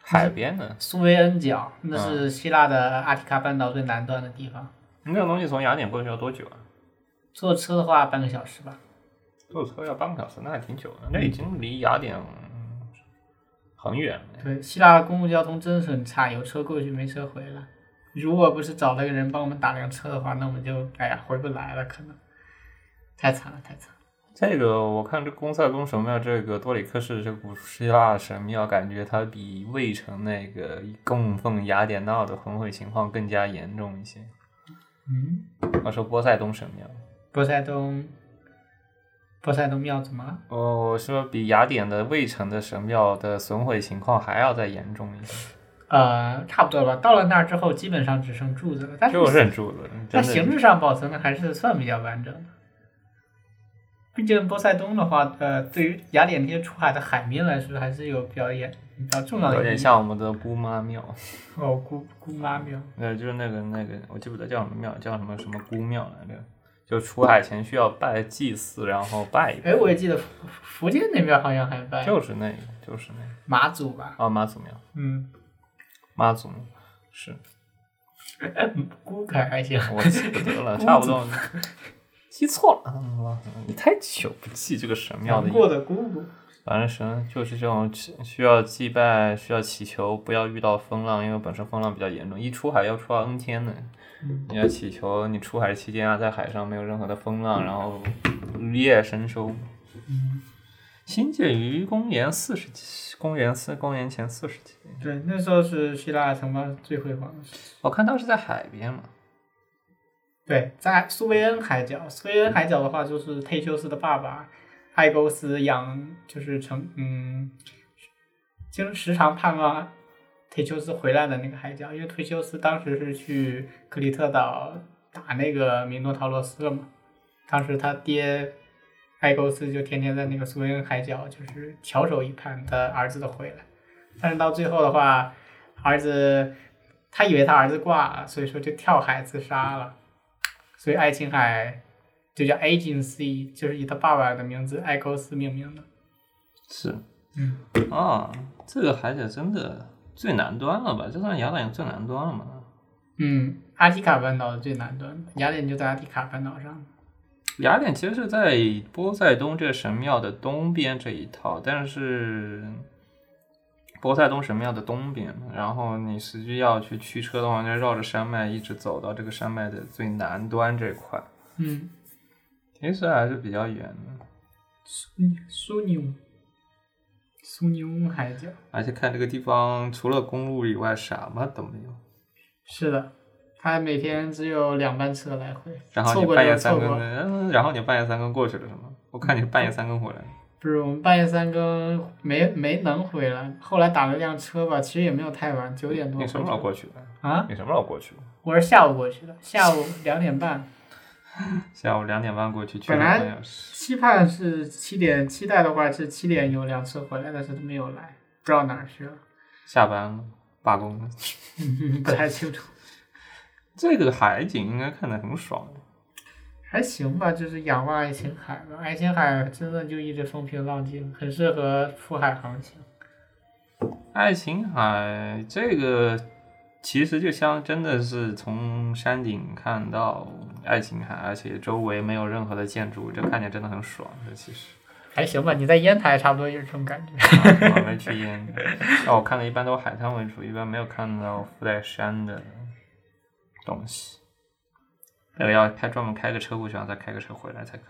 Speaker 5: 海边呢？
Speaker 6: 苏维恩角，那是希腊的阿提卡半岛最南端的地方。
Speaker 5: 你那个东西从雅典过去要多久啊？
Speaker 6: 坐车的话，半个小时吧。
Speaker 5: 坐车要半个小时，那还挺久的。那已经离雅典嗯很远了。
Speaker 6: 对，希腊的公共交通真的是很差，有车过去没车回来。如果不是找了个人帮我们打辆车的话，那我们就哎呀回不来了，可能太惨了，太惨了。
Speaker 5: 这个我看这公塞宫神庙，这个多里克市这古希腊神庙，感觉它比卫城那个供奉雅典娜的焚毁情况更加严重一些。
Speaker 6: 嗯，
Speaker 5: 我说波塞冬神庙，
Speaker 6: 波塞冬，波塞冬庙怎么了？
Speaker 5: 哦，我说比雅典的卫城的神庙的损毁情况还要再严重一 些，
Speaker 6: 呃，差不多了吧。到了那儿之后，基本上只剩柱子了，但是
Speaker 5: 就忍住了，
Speaker 6: 在
Speaker 5: 真
Speaker 6: 形
Speaker 5: 的。
Speaker 6: 制上保存的还是算比较完整的。毕竟波塞冬的话，呃，对于雅典这些出海的海民来说，还是有比较严、比较重要的意义。
Speaker 5: 有点像我们的姑妈庙，
Speaker 6: 哦，姑姑妈庙。
Speaker 5: 呃，就是那个那个，我记不得叫什么庙，叫什么什么姑庙来着，就出海前需要拜祭祀，然后拜一拜
Speaker 6: 哎，，我也记得福福建那边好像还拜
Speaker 5: 就是那个，就是那个，
Speaker 6: 马祖吧？
Speaker 5: 哦，妈祖庙。
Speaker 6: 嗯，
Speaker 5: 妈祖庙是，
Speaker 6: 估可还行。
Speaker 5: 我记不得 了，差不多记错了。嗯你太久不记这个神庙的
Speaker 6: 杨
Speaker 5: 意
Speaker 6: 过
Speaker 5: 思，
Speaker 6: 的姑姑。
Speaker 5: 反正神就是这种祈需要祭拜、需要祈求，不要遇到风浪，因为本身风浪比较严重，一出海要出到 N 天呢。你要祈求你出海期间啊，在海上没有任何的风浪，然后日夜神收。新建于公元四世纪，公元四公元前四世纪。
Speaker 6: 对，那时候是希腊城邦最辉煌的时期。
Speaker 5: 我看它是在海边嘛，
Speaker 6: 对，在苏维恩海角，苏维恩海角的话，就是忒修斯的爸爸爱勾斯养，就是成嗯，经时常盼望忒修斯回来的那个海角，因为忒修斯当时是去克里特岛打那个米诺陶罗斯了嘛，当时他爹爱勾斯就天天在那个苏维恩海角，就是翘首以盼他儿子的回来，但是到最后的话，儿子他以为他儿子挂了，所以说就跳海自杀了。所以爱琴海就叫 Agency，就是以他爸爸的名字爱勾斯命名的。
Speaker 5: 是。
Speaker 6: 嗯，
Speaker 5: 啊，这个海角真的最南端了吧？这算雅典最南端了嘛？
Speaker 6: 嗯，阿提卡半岛的最南端，雅典就在阿提卡半岛上。
Speaker 5: 雅典其实是在波塞冬这个神庙的东边这一套，但是波塞冬神庙的东边，然后你实际要去驱车的话，就绕着山脉一直走到这个山脉的最南端这块，
Speaker 6: 嗯，
Speaker 5: 其实还是比较远的。
Speaker 6: 苏苏牛，苏牛海角，
Speaker 5: 而且看这个地方，除了公路以外什么都没有。
Speaker 6: 是的，他每天只有两班车来回，
Speaker 5: 然后
Speaker 6: 错
Speaker 5: 你
Speaker 6: 过
Speaker 5: 半夜
Speaker 6: 就
Speaker 5: 三
Speaker 6: 错
Speaker 5: 更，
Speaker 6: 过。
Speaker 5: 嗯，然后你半夜三更过去了是吗？我看你是半夜三更回来的。
Speaker 6: 不是我们半夜三更没没能回来，后来打了辆车吧，其实也没有太晚，九点多
Speaker 5: 你
Speaker 6: 回
Speaker 5: 什么时候
Speaker 6: 去
Speaker 5: 过去的？
Speaker 6: 啊？
Speaker 5: 你什么时候过去的？
Speaker 6: 我是下午过去的，下午两点半，
Speaker 5: 下午两点半过去，去
Speaker 6: 本
Speaker 5: 了
Speaker 6: 来
Speaker 5: 半小时。
Speaker 6: 期盼是七点，期待的话是七点有辆车回来，但是他没有来，不知道哪儿去了，
Speaker 5: 下班了，罢工了。
Speaker 6: 不太清楚。
Speaker 5: 这个海景应该看得很爽。
Speaker 6: 还行吧，就是仰望爱琴海吧。爱琴海真的就一直风平浪静，很适合出海航行。
Speaker 5: 爱琴海这个其实就像真的是从山顶看到爱琴海，而且周围没有任何的建筑，这看起来真的很爽的。其实，
Speaker 6: 还行吧，你在烟台差不多也是这种感觉。
Speaker 5: 啊我没去烟，但我看的一般都海滩为主，一般没有看到附带山的东西。那个要开专门开个车过去，然后再开个车回来才可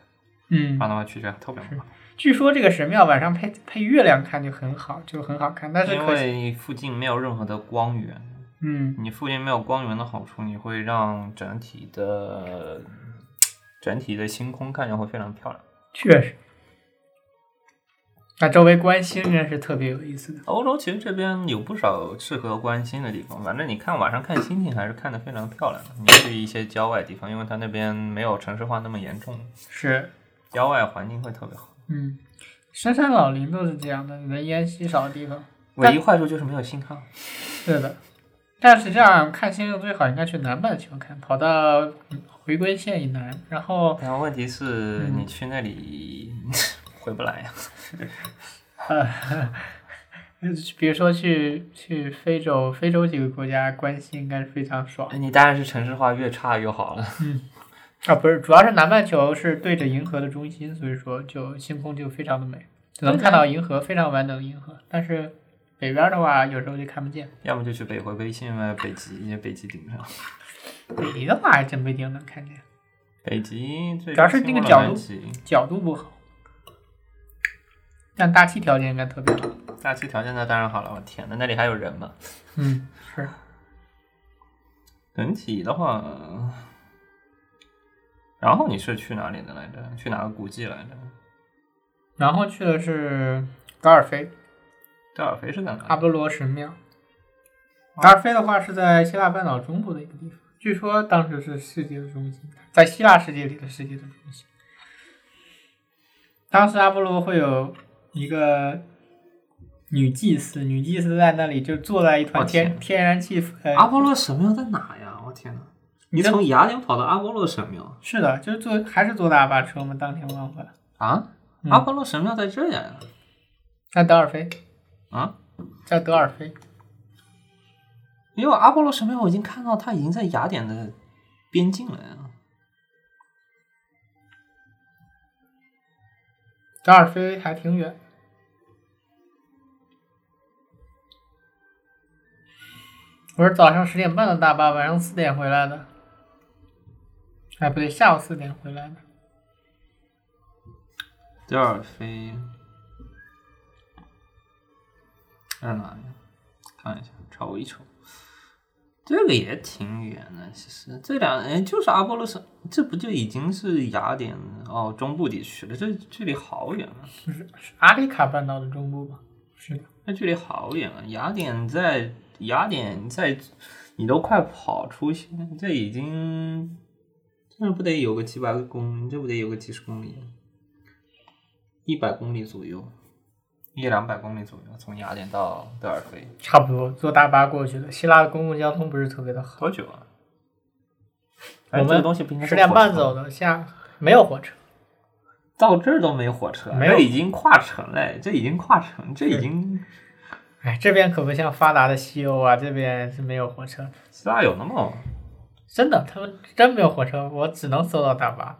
Speaker 5: 以，
Speaker 6: 嗯
Speaker 5: 不然的话去这样特别麻烦。
Speaker 6: 据说这个神庙晚上配配月亮看就很好，就很好看，但是
Speaker 5: 因
Speaker 6: 可惜，
Speaker 5: 为附近没有任何的光源，
Speaker 6: 嗯，
Speaker 5: 你附近没有光源的好处，你会让整体的整体的星空看起来会非常漂亮。
Speaker 6: 确实。那周围观星真是特别有意思的。
Speaker 5: 欧洲其实这边有不少适合观星的地方，反正你看晚上看星星还是看得非常漂亮的。你去一些郊外地方，因为它那边没有城市化那么严重，
Speaker 6: 是，
Speaker 5: 郊外环境会特别好。
Speaker 6: 嗯，深山老林都是这样的，人烟稀少的地方。
Speaker 5: 唯一坏处就是没有信号。
Speaker 6: 是的，但实际上看星星最好应该去南半球看，跑到回归线以南，然后
Speaker 5: 然后问题是
Speaker 6: 嗯
Speaker 5: 你去那里 回不来呀、
Speaker 6: 呃， 比如说去去非洲，非洲几个国家关系应该是非常爽
Speaker 5: 哎你当然是城市化越差越好了。
Speaker 6: 啊，不是，主要是南半球是对着银河的中心，所以说就星空就非常的美，能看到银河非常完整的银河，但是北边的话有时候就看不见，
Speaker 5: 要么就去北回归线外，北极，北极顶上。
Speaker 6: 北极的话还真不一定能看见，
Speaker 5: 北极最
Speaker 6: 主要是那个角度
Speaker 5: 极
Speaker 6: 角度不好，但大气条件应该特别好。
Speaker 5: 大气条件那当然好了，我天呐，那里还有人吗？
Speaker 6: 嗯，是，
Speaker 5: 整体的话，然后你是去哪里的来着？去哪个古迹来着？
Speaker 6: 然后去的是高尔菲
Speaker 5: 戴尔菲是在哪
Speaker 6: 阿
Speaker 5: 里？
Speaker 6: 波罗神庙。达尔菲的话是在希腊半岛中部的一个地方，据说当时是世界的中心，在希腊世界里的世界的中心。当时阿波罗会有一个女祭司，女祭司在那里就坐在一团
Speaker 5: 我天
Speaker 6: 天天然气呃，
Speaker 5: 波罗神庙在哪呀？我天呐，你
Speaker 6: 从
Speaker 5: 雅典跑到阿波罗神庙
Speaker 6: 是的，就是坐还是坐大巴车嘛，当天往返。
Speaker 5: 啊？
Speaker 6: 嗯
Speaker 5: 阿波罗神庙在这呀？
Speaker 6: 在德尔菲，
Speaker 5: 啊？
Speaker 6: 在德尔菲，
Speaker 5: 因为阿波罗神庙我已经看到它已经在雅典的边境了呀。
Speaker 6: 德尔菲还挺远。我是早上十点半的大巴，晚上四点回来的。哎，不对，下午四点回来的。
Speaker 5: 德尔菲在哪里？啊看一下，瞅一瞅，这个也挺远的。其实这两哎，就是阿波罗山，这不就已经是雅典哦中部地区了？这距离好远啊！
Speaker 6: 是阿里卡半岛的中部吧？是的，
Speaker 5: 那距离好远啊！雅典在雅典在，你都快跑出去，这已经这不得有个几百个公里，这不得有个几十公里，一百公里左右，一两百公里左右，从雅典到德尔菲
Speaker 6: 差不多坐大巴过去的。希腊的公共交通不是特别的好。
Speaker 5: 多久啊？哎
Speaker 6: 我
Speaker 5: 这个
Speaker 6: 们
Speaker 5: 东西不应该
Speaker 6: 十点半走
Speaker 5: 的，
Speaker 6: 的，下没有火车。
Speaker 5: 到这儿都没有火车，啊
Speaker 6: 没有
Speaker 5: 这已经跨城嘞，这已经跨城，这已经
Speaker 6: 哎，这边可不像发达的西欧啊，这边是没有火车的。
Speaker 5: 希腊有那么
Speaker 6: 真的，他们真没有火车，我只能搜到大巴。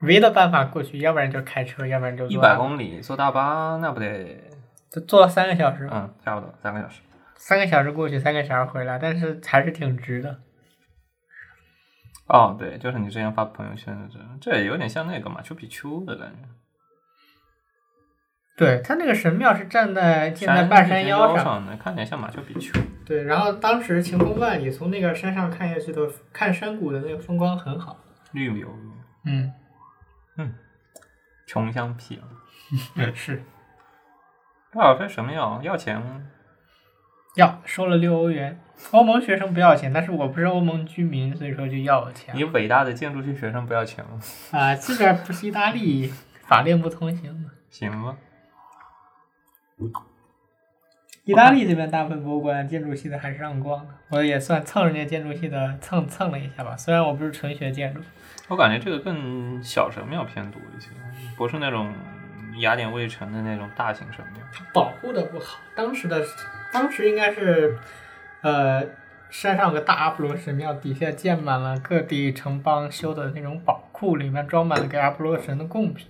Speaker 6: 唯一的办法过去，要不然就开车，要不然就坐
Speaker 5: 一百公里坐大巴那不得，
Speaker 6: 就坐了三个小时，
Speaker 5: 嗯，差不多三个小时。
Speaker 6: 三个小时过去，三个小时回来，但是还是挺值的。嗯
Speaker 5: 哦，对，就是你之前发朋友圈的这，这也有点像那个马丘比丘的感觉，
Speaker 6: 对，它那个神庙是站在建在
Speaker 5: 山
Speaker 6: 半
Speaker 5: 山
Speaker 6: 山腰上，
Speaker 5: 上的，看起来像马丘比丘。
Speaker 6: 对，然后当时晴空万里，从那个山上看下去的，看山谷的那个风光很好。
Speaker 5: 绿柳，
Speaker 6: 嗯，
Speaker 5: 穷乡僻壤。
Speaker 6: 是
Speaker 5: 多少分什么药？要钱吗？
Speaker 6: 要收了六欧元。欧盟学生不要钱，但是我不是欧盟居民，所以说就要我钱
Speaker 5: 你伟大的建筑系学生不要钱吗？
Speaker 6: 啊。这边不是意大利，法令不通行嘛。
Speaker 5: 行吗？
Speaker 6: 意大利这边大部分博物馆建筑系的还是让光的，我也算蹭人家建筑系的蹭蹭了一下吧。虽然我不是纯学建筑，
Speaker 5: 我感觉这个更小神庙偏多一些，不是那种雅典卫城的那种大型神庙。
Speaker 6: 保护的不好。当时的当时应该是，呃，山上有个大阿波罗神庙，底下建满了各地城邦修的那种宝库，里面装满了给阿波罗神的贡品。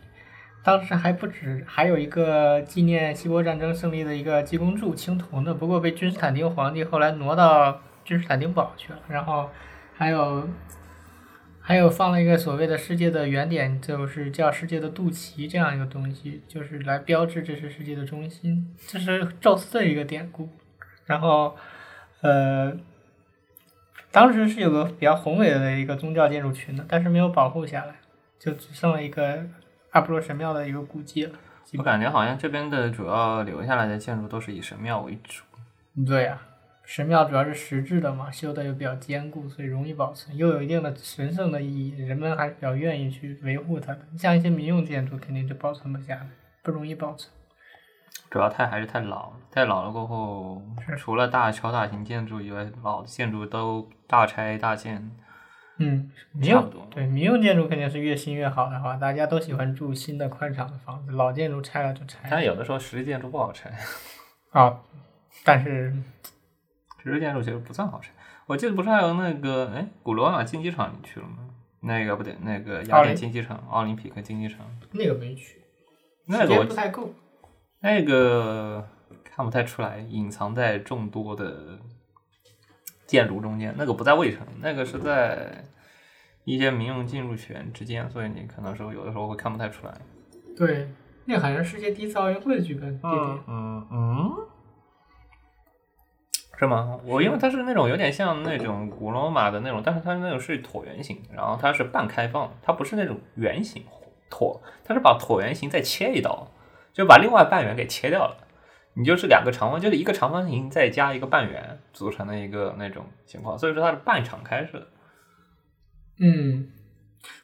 Speaker 6: 当时还不止，还有一个纪念希波战争胜利的一个济公柱，青铜的，不过被君士坦丁皇帝后来挪到君士坦丁堡去了。然后还有还有放了一个所谓的世界的原点，就是叫世界的肚脐这样一个东西，就是来标志这是世界的中心，这是宙斯的一个典故。然后，呃，当时是有个比较宏伟的一个宗教建筑群的，但是没有保护下来，就只剩了一个阿波罗神庙的一个古迹了。基
Speaker 5: 我
Speaker 6: 本
Speaker 5: 感觉好像这边的主要留下来的建筑都是以神庙为主。
Speaker 6: 嗯对呀、神庙主要是石质的嘛，修的又比较坚固，所以容易保存，又有一定的神圣的意义，人们还是比较愿意去维护它的。像一些民用建筑，肯定就保存不下来，不容易保存。
Speaker 5: 主要太还是太老了，太老了过后，除了大超大型建筑以外，老的建筑都大拆大建。
Speaker 6: 嗯，民
Speaker 5: 差不
Speaker 6: 用
Speaker 5: 多
Speaker 6: 对民用建筑肯定是越新越好的话，大家都喜欢住新的宽敞的房子，老建筑拆了就拆
Speaker 5: 哎但
Speaker 6: 了。
Speaker 5: 有的时候实际建筑不好拆，
Speaker 6: 啊，但是
Speaker 5: 实际建筑其实不算好拆。我记得不是还有那个哎，古罗马竞技场你去了吗？那个不对，那个雅
Speaker 6: 奥
Speaker 5: 典
Speaker 6: 林
Speaker 5: 竞技场、奥林匹克竞技场，
Speaker 6: 那个没去，
Speaker 5: 那
Speaker 6: 时
Speaker 5: 个
Speaker 6: 间
Speaker 5: 我
Speaker 6: 不太够。
Speaker 5: 那个看不太出来，隐藏在众多的建筑中间。那个不在卫城，那个是在一些民用进入权之间，所以你可能说有的时候会看不太出来。
Speaker 6: 对，那好像世界第一次奥运会举办地点。
Speaker 5: 嗯嗯，是吗？我因为它是那种有点像那种古罗马的那种，但是它那种是椭圆形，然后它是半开放，它不是那种圆形椭，它是把椭圆形再切一刀，就把另外半圆给切掉了。你就是两个长方，就是一个长方形再加一个半圆组成的一个那种情况，所以说它是半敞开式的。
Speaker 6: 嗯，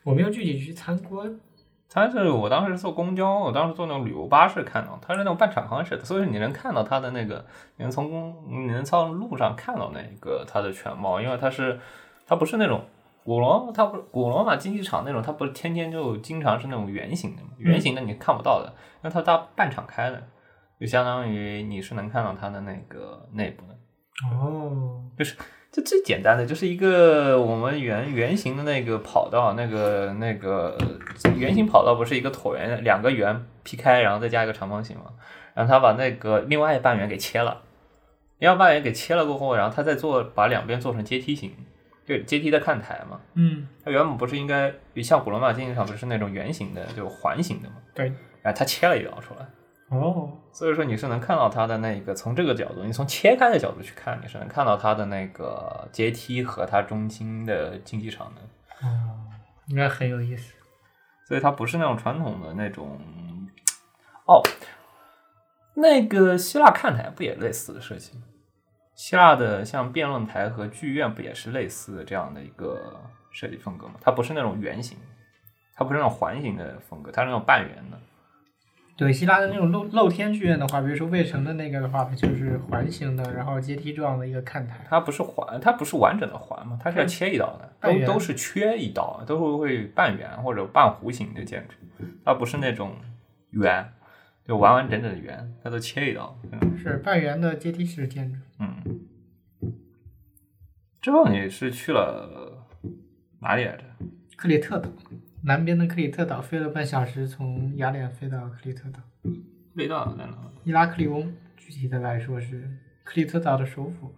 Speaker 6: 我没有具体去参观。
Speaker 5: 它是我当时坐公交，我当时坐那种旅游巴士看到，它是那嗯种半敞开式的，所以你能看到它的那个，嗯你能从公，你能从路上看到那个它的全貌，因为它是，它不是那种古罗，它不是古罗马竞技场那种，它不是天天就经常是那种圆形的嘛，圆形的你看不到的，因为它大半敞开的，就相当于你是能看到它的那个内部的。
Speaker 6: 哦，
Speaker 5: 就最简单的，就是一个我们圆圆形的那个跑道，那个那个呃圆形跑道不是一个椭圆，两个圆劈开，然后再加一个长方形嘛。然后他把那个另外一半圆给切了，另外一半圆给切了过后，然后他再做把两边做成阶梯形，就阶梯的看台嘛。
Speaker 6: 嗯，
Speaker 5: 它原本不是应该像古罗马竞技场不是那种圆形的，就环形的嘛？
Speaker 6: 对。
Speaker 5: 然后他切了一刀出来，
Speaker 6: 哦，
Speaker 5: 所以说你是能看到它的那个，从这个角度，你从切开的角度去看，你是能看到它的那个阶梯和它中心的竞技场的。
Speaker 6: 哦应该很有意思。
Speaker 5: 所以它不是那种传统的那种，哦，那个希腊看台不也类似的设计吗？希腊的像辩论台和剧院不也是类似的这样的一个设计风格吗？它不是那种圆形，它不是那种环形的风格，它是那种半圆的。
Speaker 6: 对，希腊的那种露露天剧院的话，比如说卫城的那个的话，它就是环形的，然后阶梯状的一个看台。
Speaker 5: 它不是环，它不是完整的环嘛，它是要切一刀的，
Speaker 6: 半
Speaker 5: 都
Speaker 6: 圆
Speaker 5: 都是缺一刀，都是会半圆或者半弧形的建筑，它不是那种圆，就完完整整的圆，它都切一刀。嗯
Speaker 6: 是半圆的阶梯式建筑。
Speaker 5: 嗯。之后你是去了哪里来着？
Speaker 6: 克里特岛，南边的克里特岛飞了半小时，从雅典飞到克里特岛。
Speaker 5: 味道在哪？
Speaker 6: 伊拉克利翁，具体的来说是克里特岛的首府。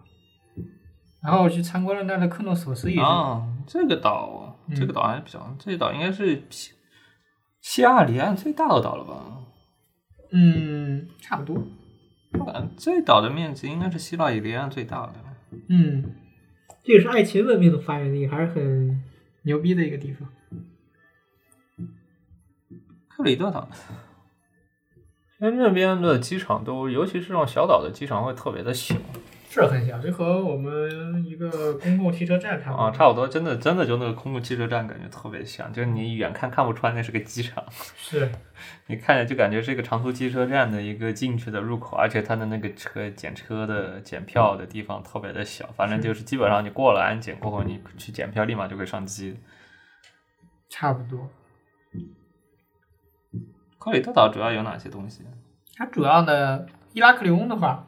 Speaker 6: 然后我去参观了那儿的克诺索斯遗址，
Speaker 5: 啊，这个岛，
Speaker 6: 嗯
Speaker 5: 这个岛还是比较，这个岛应该是西西亚离岸最大的岛了吧？
Speaker 6: 嗯，差不多，
Speaker 5: 我感觉这岛的面积应该是希腊以离岸最大的。
Speaker 6: 嗯，这也是爱琴文明的发源地，还是很牛逼的一个地方。
Speaker 5: 克里特岛，因为那边的机场都，尤其是这种小岛的机场会特别的小
Speaker 6: 是很小，就和我们一个公共汽车站差不多
Speaker 5: 啊，差不多，真的真的就那个空中汽车站感觉特别像，就是你远看看不出来那是个机场，
Speaker 6: 是，
Speaker 5: 你看着就感觉是一个长途汽车站的一个进去的入口，而且它的那个车检车的检票的地方特别的小，反正就是基本上你过了安检过后，你去检票立马就可以上机。
Speaker 6: 差不多。
Speaker 5: 克里特岛主要有哪些东西？啊
Speaker 6: 它主要呢，伊拉克利翁的话，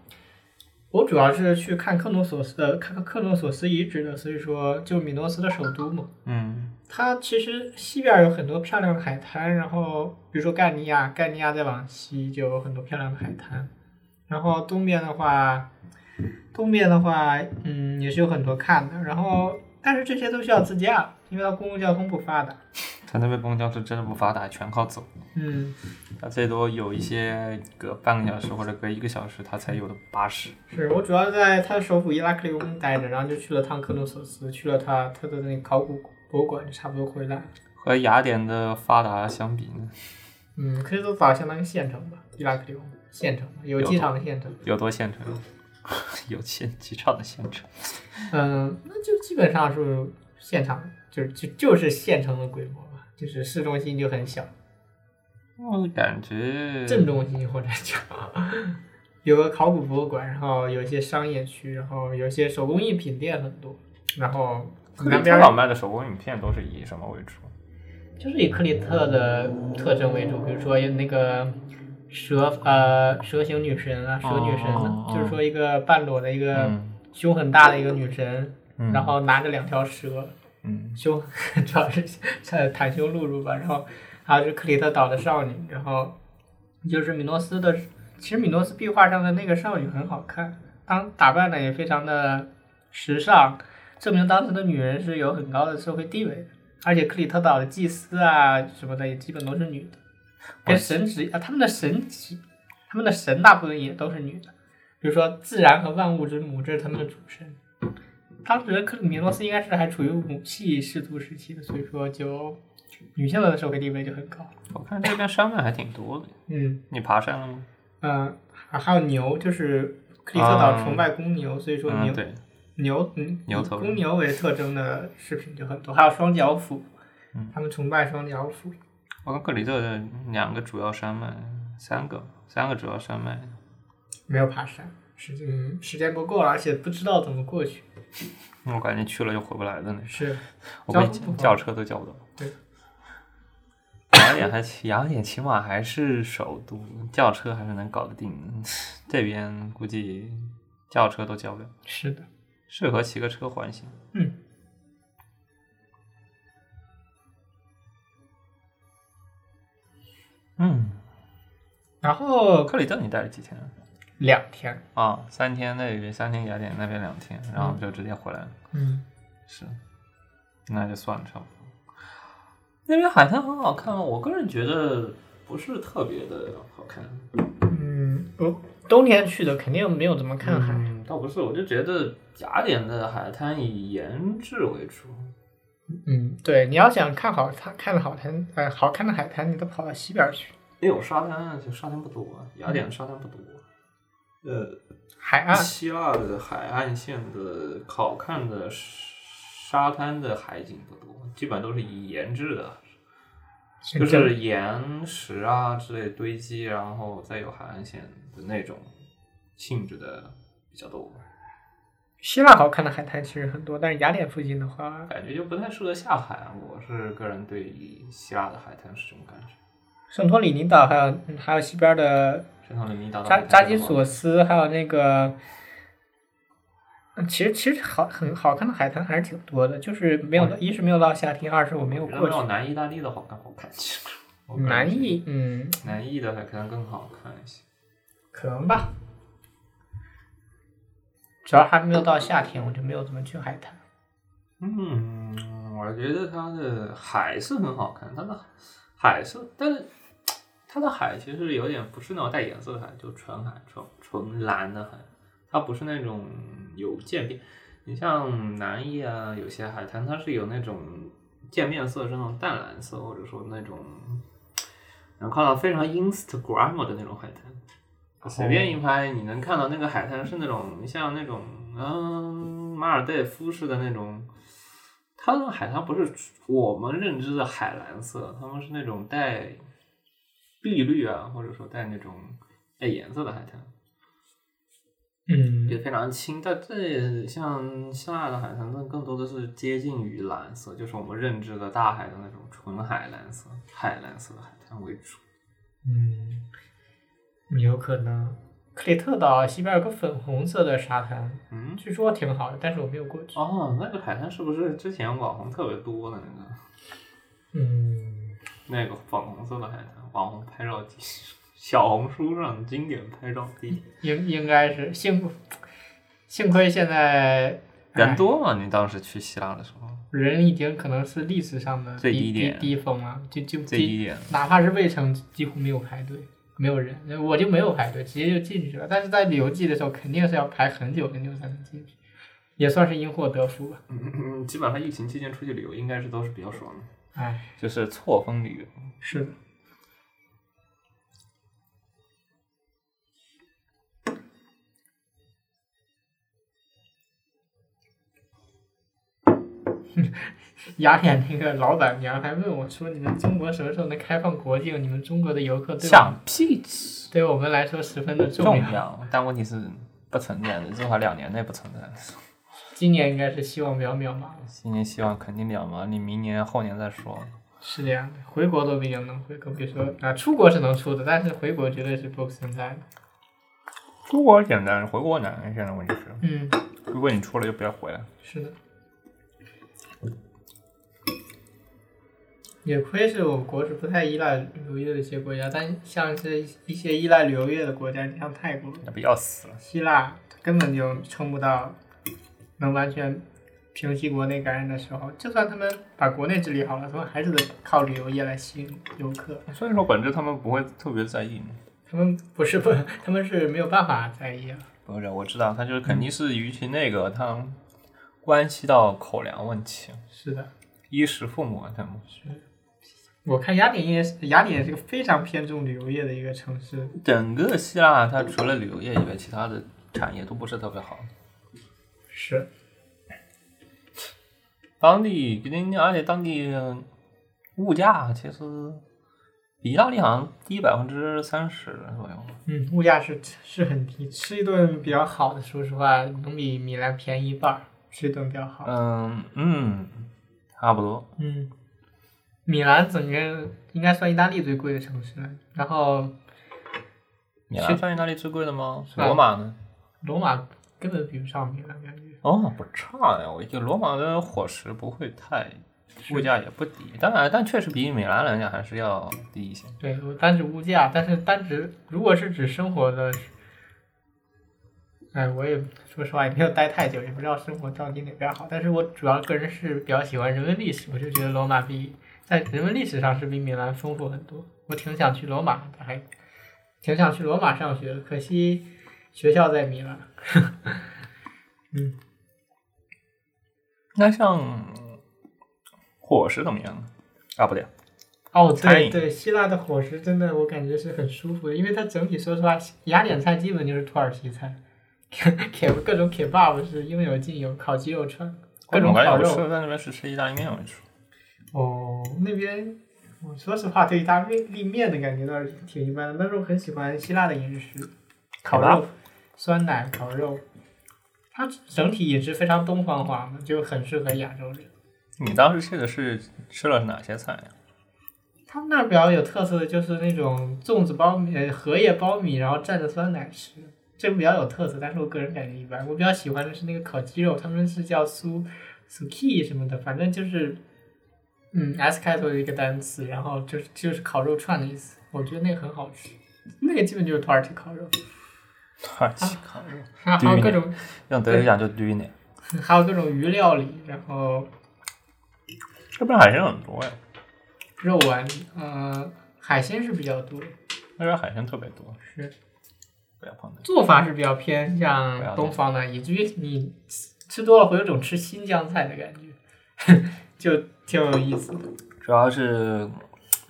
Speaker 6: 我主要是去看克诺索斯，呃，看看克诺索斯遗址的，所以说就米诺斯的首都嘛。
Speaker 5: 嗯，
Speaker 6: 它其实西边有很多漂亮的海滩，然后比如说盖尼亚，盖尼亚再往西就有很多漂亮的海滩，然后东边的话，东边的话，嗯，也是有很多看的，然后但是这些都需要自驾，因为它公共交通不发达，
Speaker 5: 它那边公共交通真的不发达，全靠走。
Speaker 6: 嗯，
Speaker 5: 它最多有一些隔半个小时或者隔一个小时它才有的巴士。
Speaker 6: 是我主要在它的首府伊拉克利翁待着，然后就去了趟克诺索斯，去了它它的那个考古博物馆，就差不多回来了，
Speaker 5: 和雅典的发达相比呢，
Speaker 6: 嗯，可以说岛相当于县城吧，伊拉克利翁县城吧有机场的县城。
Speaker 5: 有多县城？ 有县机场的县城。
Speaker 6: 嗯，那就基本上是现场，就是就就是县城的规模吧，就是市中心就很小，哦
Speaker 5: 我感觉
Speaker 6: 镇中心或者叫 有个考古博物馆，然后有一些商业区，然后有一些手工艺品店很多，然后南边
Speaker 5: 特岛卖的手工影片都是以什么为主？
Speaker 6: 就是以克里特的特征为主，比如说有那个蛇呃蛇形女神啊，蛇女神呢，
Speaker 5: 哦哦
Speaker 6: 就是说一个半裸的一个
Speaker 5: 嗯
Speaker 6: 胸很大的一个女神，
Speaker 5: 嗯
Speaker 6: 呃然后拿着两条蛇。
Speaker 5: 嗯，
Speaker 6: 胸， 主要是呃袒胸露乳吧，然后还有是克里特岛的少女，然后就是米诺斯的，其实米诺斯壁画上的那个少女很好看，当打扮的也非常的时尚，证明当时的女人是有很高的社会地位的，而且克里特岛的祭司啊什么的也基本都是女的，跟神职啊他们的神职，他们的神大部分也都是女的，比如说自然和万物之母，这是他们的主神。当时克里米诺斯应该是还处于母系氏族时期的，所以说就女性的社会地位就很高。
Speaker 5: 我看这边山脉还挺多的。
Speaker 6: 嗯
Speaker 5: 你爬山了吗？
Speaker 6: 嗯，还、还有牛，就是克里特岛崇拜公牛，所以说牛、
Speaker 5: 嗯，对，
Speaker 6: 牛嗯
Speaker 5: 牛
Speaker 6: 以
Speaker 5: 头
Speaker 6: 公牛为特征的饰品就很多，还有双脚斧，
Speaker 5: 嗯
Speaker 6: 他们崇拜双脚斧。
Speaker 5: 我跟克里特的两个主要山脉，三个，三个主要山脉。
Speaker 6: 没有爬山，时间、嗯、时间不够了，而且不知道怎么过去。
Speaker 5: 我感觉去了就回不来啊的那种。
Speaker 6: 是，
Speaker 5: 我
Speaker 6: 交
Speaker 5: 跟
Speaker 6: 通不
Speaker 5: 你
Speaker 6: 好
Speaker 5: 叫车都叫不到。
Speaker 6: 对，
Speaker 5: 雅典还起雅典起码还是首都，叫车还是能搞得定 的。这边估计叫车都叫不了，
Speaker 6: 是的，
Speaker 5: 适合骑个车环行。
Speaker 6: 嗯。
Speaker 5: 嗯，
Speaker 6: 然后
Speaker 5: 克里特你待了几天啊？
Speaker 6: 两天，
Speaker 5: 啊，三天那边，三天雅典那边两天，然后就直接回来了。
Speaker 6: 嗯，
Speaker 5: 是，那就算了，差不多。那边海滩很好看吗？我个人觉得不是特别的好看。
Speaker 6: 嗯，我冬天去的肯定没有怎么看海。
Speaker 5: 嗯，倒不是，我就觉得雅典的海滩以颜值为主。
Speaker 6: 嗯，对，你要想看好它看的好滩，呃，好看的海滩，你都跑到西边去，
Speaker 5: 因为有沙滩，啊就沙滩不多，雅典的沙滩不多。呃，
Speaker 6: 海岸。
Speaker 5: 希腊的海岸线的好看的沙滩的海景不多，基本都是以颜值的
Speaker 6: 深
Speaker 5: 就
Speaker 6: 圳
Speaker 5: 是岩石啊之类堆积，然后再有海岸线的那种性质的比较多，
Speaker 6: 希腊好看的海滩其实很多，但是雅典附近的话，
Speaker 5: 感觉就不太适合下海。啊我是个人对希腊的海滩是这种感觉。
Speaker 6: 圣托里尼岛还有嗯还有西边的
Speaker 5: 圣托里尼岛的
Speaker 6: 扎
Speaker 5: 海滩
Speaker 6: 扎
Speaker 5: 是
Speaker 6: 基
Speaker 5: 吗
Speaker 6: 索斯，还有那个，嗯其实其实好很好看的海滩还是挺多的，就是没有到，一是没有到夏天，二是我没有
Speaker 5: 我觉嗯得没
Speaker 6: 过
Speaker 5: 有
Speaker 6: 去。
Speaker 5: 南意大利的好看好看，其实我感觉
Speaker 6: 南艺，嗯，
Speaker 5: 南意的还可能更好看一些。
Speaker 6: 可能吧，主要还没有到夏天，我就没有怎么去海滩。
Speaker 5: 嗯，我觉得它的海是很好看，它的海是，但是它的海其实有点不是那种带颜色的海，就纯海、纯纯蓝的海，它不是那种有渐变。你像南艺啊，有些海滩它是有那种渐变色，是那种淡蓝色，或者说那种能看到非常 Instagram 的那种海滩。随便一拍，你能看到那个海滩是那种像那种嗯马尔代夫似的那种，它那个海滩不是我们认知的海蓝色，他们是那种带碧绿啊，或者说带那种带颜色的海滩，也
Speaker 6: 嗯，
Speaker 5: 非常清。但这像希腊的海滩，那更多的是接近于蓝色，就是我们认知的大海的那种纯海蓝色、海蓝色的海滩为主。
Speaker 6: 嗯，有可能。克里特岛西边有个粉红色的沙滩，
Speaker 5: 嗯，
Speaker 6: 据说挺好的，但是我没有过去。
Speaker 5: 哦，那个海滩是不是之前网红特别多的那个？
Speaker 6: 嗯，
Speaker 5: 那个粉红色的海滩，网红拍照地，小红书上经典拍照地，
Speaker 6: 应应该是幸幸亏现在
Speaker 5: 人
Speaker 6: 哎
Speaker 5: 多吗？你当时去希腊的时候，
Speaker 6: 人已经可能是历史上的
Speaker 5: 最低
Speaker 6: 低
Speaker 5: 点
Speaker 6: 低峰了，就就
Speaker 5: 最低点，
Speaker 6: 哪怕是卫城几乎没有排队，没有人，我就没有排队，直接就进去了。但是在旅游季的时候，肯定是要排很久很久才能进去，也算是因祸得福吧。
Speaker 5: 嗯嗯嗯，基本上疫情期间出去旅游应该是都是比较爽的，
Speaker 6: 哎，
Speaker 5: 就是错峰旅游。
Speaker 6: 是的。 雅典那个老板娘还问我说：“你们中国什么时候能开放国境？你们中国的游
Speaker 5: 啊
Speaker 6: 客对我们
Speaker 7: 想屁吃
Speaker 6: 对我们来说十分的
Speaker 7: 重
Speaker 6: 要。
Speaker 7: 要，但问题是不存在的，至少两年内不存在的。
Speaker 6: 今年应该是希望渺渺茫。
Speaker 7: 今年希望肯定渺茫，你明年后年再说。
Speaker 6: 是这样的，回国都不一定能回国，比如说啊，出国是能出的，但是回国绝对是不存在的。
Speaker 7: 出国简单，回国难。现在问题是，
Speaker 6: 嗯，
Speaker 7: 如果你出了就不要回来。
Speaker 6: 是的。也亏是我国是不太依赖旅游业的一些国家，但像是一些依赖旅游业的国家，你像泰国、
Speaker 7: 那不要死了。
Speaker 6: 希腊，根本就撑不到能完全平息国内感染的时候。就算他们把国内治理好了，他们还是得靠旅游业来吸引游客。
Speaker 7: 所以说，本质他们不会特别在意。
Speaker 6: 他们不是不，他们是没有办法在意啊。
Speaker 7: 不是，我知道，他就是肯定是与其那个，他关系到口粮问题，
Speaker 6: 是的，
Speaker 7: 衣食父母啊，他们。
Speaker 6: 我看雅典也是，雅典也是个非常偏重旅游业的一个城市。
Speaker 7: 整个希腊，它除了旅游业以外，其他的产业都不是特别好。
Speaker 6: 是，
Speaker 7: 当地，而且当地物价其实比意大利好像低百分之三十左右。
Speaker 6: 嗯，物价是是很低，吃一顿比较好的，说实话能比米兰便宜一半儿，吃一顿比较好。
Speaker 7: 嗯嗯，差不多。
Speaker 6: 嗯，米兰整个应该算意大利最贵的城市了，然后
Speaker 7: 米兰
Speaker 6: 是
Speaker 7: 算意大利最贵的吗？
Speaker 6: 吧
Speaker 7: 罗马呢？
Speaker 6: 罗马根本比不上米兰，感觉。
Speaker 7: 哦，不差呀，我觉得罗马的伙食不会太，物价也不低，当然，但确实比米兰来讲还是要低一些。
Speaker 6: 对，我单指物价，但是单指如果是指生活的，哎，我也说实话也没有待太久，也不知道生活到底哪边好。但是我主要个人是比较喜欢人文历史，我就觉得罗马比在人文历史上是比米兰丰富很多。我挺想去罗马的，还挺想去罗马上学的，可惜学校在米兰。
Speaker 7: 那像伙食怎么样呢？啊，不对，
Speaker 6: 哦，
Speaker 7: 餐
Speaker 6: 对
Speaker 7: 饮
Speaker 6: 对，希腊的伙食真的我感觉是很舒服的，因为它整体说实话，雅典菜基本就是土耳其菜，k 各种 kebab 是应有尽有，烤鸡肉串，各种
Speaker 7: 我感觉
Speaker 6: 烤
Speaker 7: 哦我吃的
Speaker 6: 肉。
Speaker 7: 在那边是吃意大利面为主。
Speaker 6: 哦，那边我说实话对意大利面的感觉倒是挺一般的，但是我很喜欢希腊的饮食，烤肉、酸奶、烤肉，它整体饮食非常东方化嘛，就很适合亚洲人。
Speaker 7: 你当时去的是吃了哪些菜呀？
Speaker 6: 他们那儿比较有特色的就是那种粽子苞米、呃荷叶苞米，然后蘸着酸奶吃，这比较有特色，但是我个人感觉一般。我比较喜欢的是那个烤鸡肉，他们是叫苏苏 key 什么的，反正就是嗯 S 开头的一个单词，然后就是就是烤肉串的意思。我觉得那个很好吃，那个基本就是土耳其烤肉，
Speaker 5: 土耳其烤肉，
Speaker 6: 还有还有各种
Speaker 5: 用德语讲就 d 呢，
Speaker 6: 还有各种鱼料理，然后
Speaker 5: 这边海参很多呀，
Speaker 6: 肉丸，嗯、海鲜是比较多，
Speaker 5: 那边海参特别多，
Speaker 6: 是
Speaker 5: 不要碰它。
Speaker 6: 做法是比较偏
Speaker 5: 不要
Speaker 6: 向
Speaker 5: 那
Speaker 6: 东
Speaker 5: 个
Speaker 6: 方的，以至于你吃吃多了会有种吃新疆菜的感觉， 就挺有意思的。
Speaker 5: 主要是嗯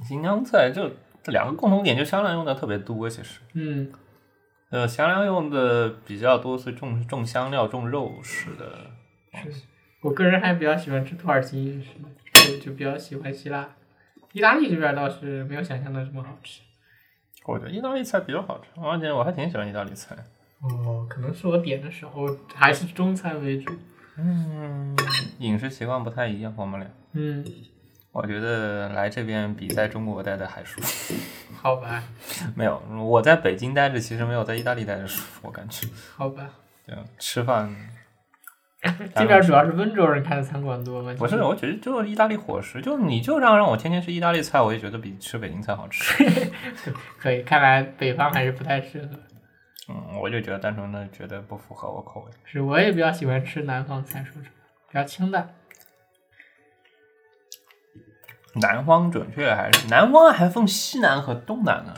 Speaker 5: 新疆菜就这两个共同点，就香料用的特别多，其实。
Speaker 6: 嗯，
Speaker 5: 呃，香料用的比较多，所以重重香料、重肉食的东西。
Speaker 6: 我个人还比较喜欢吃土耳其饮食，就就比较喜欢希腊。意大利这边倒是没有想象的这么好吃。
Speaker 5: 我觉得意大利菜比较好吃，而且我还挺喜欢意大利菜。
Speaker 6: 哦，可能是我点的时候还是中餐为主。
Speaker 5: 嗯，饮食习惯不太一样，我们俩。
Speaker 6: 嗯，
Speaker 5: 我觉得来这边比在中国待的还舒服。
Speaker 6: 好吧，
Speaker 5: 没有，我在北京待着，其实没有在意大利待着舒服，我感觉。
Speaker 6: 好吧。
Speaker 5: 对，吃饭
Speaker 6: 这边主要是温州人开的餐馆多吗？
Speaker 5: 不是，我觉得就是意大利伙食，就是你就让让我天天吃意大利菜，我也觉得比吃北京菜好吃。
Speaker 6: 可以，看来北方还是不太适合。
Speaker 5: 嗯，我就觉得单纯的觉得不符合我口味。
Speaker 6: 是，我也比较喜欢吃南方菜，说实话，比较清淡。
Speaker 5: 南方准确还是南方还分西南和东南呢？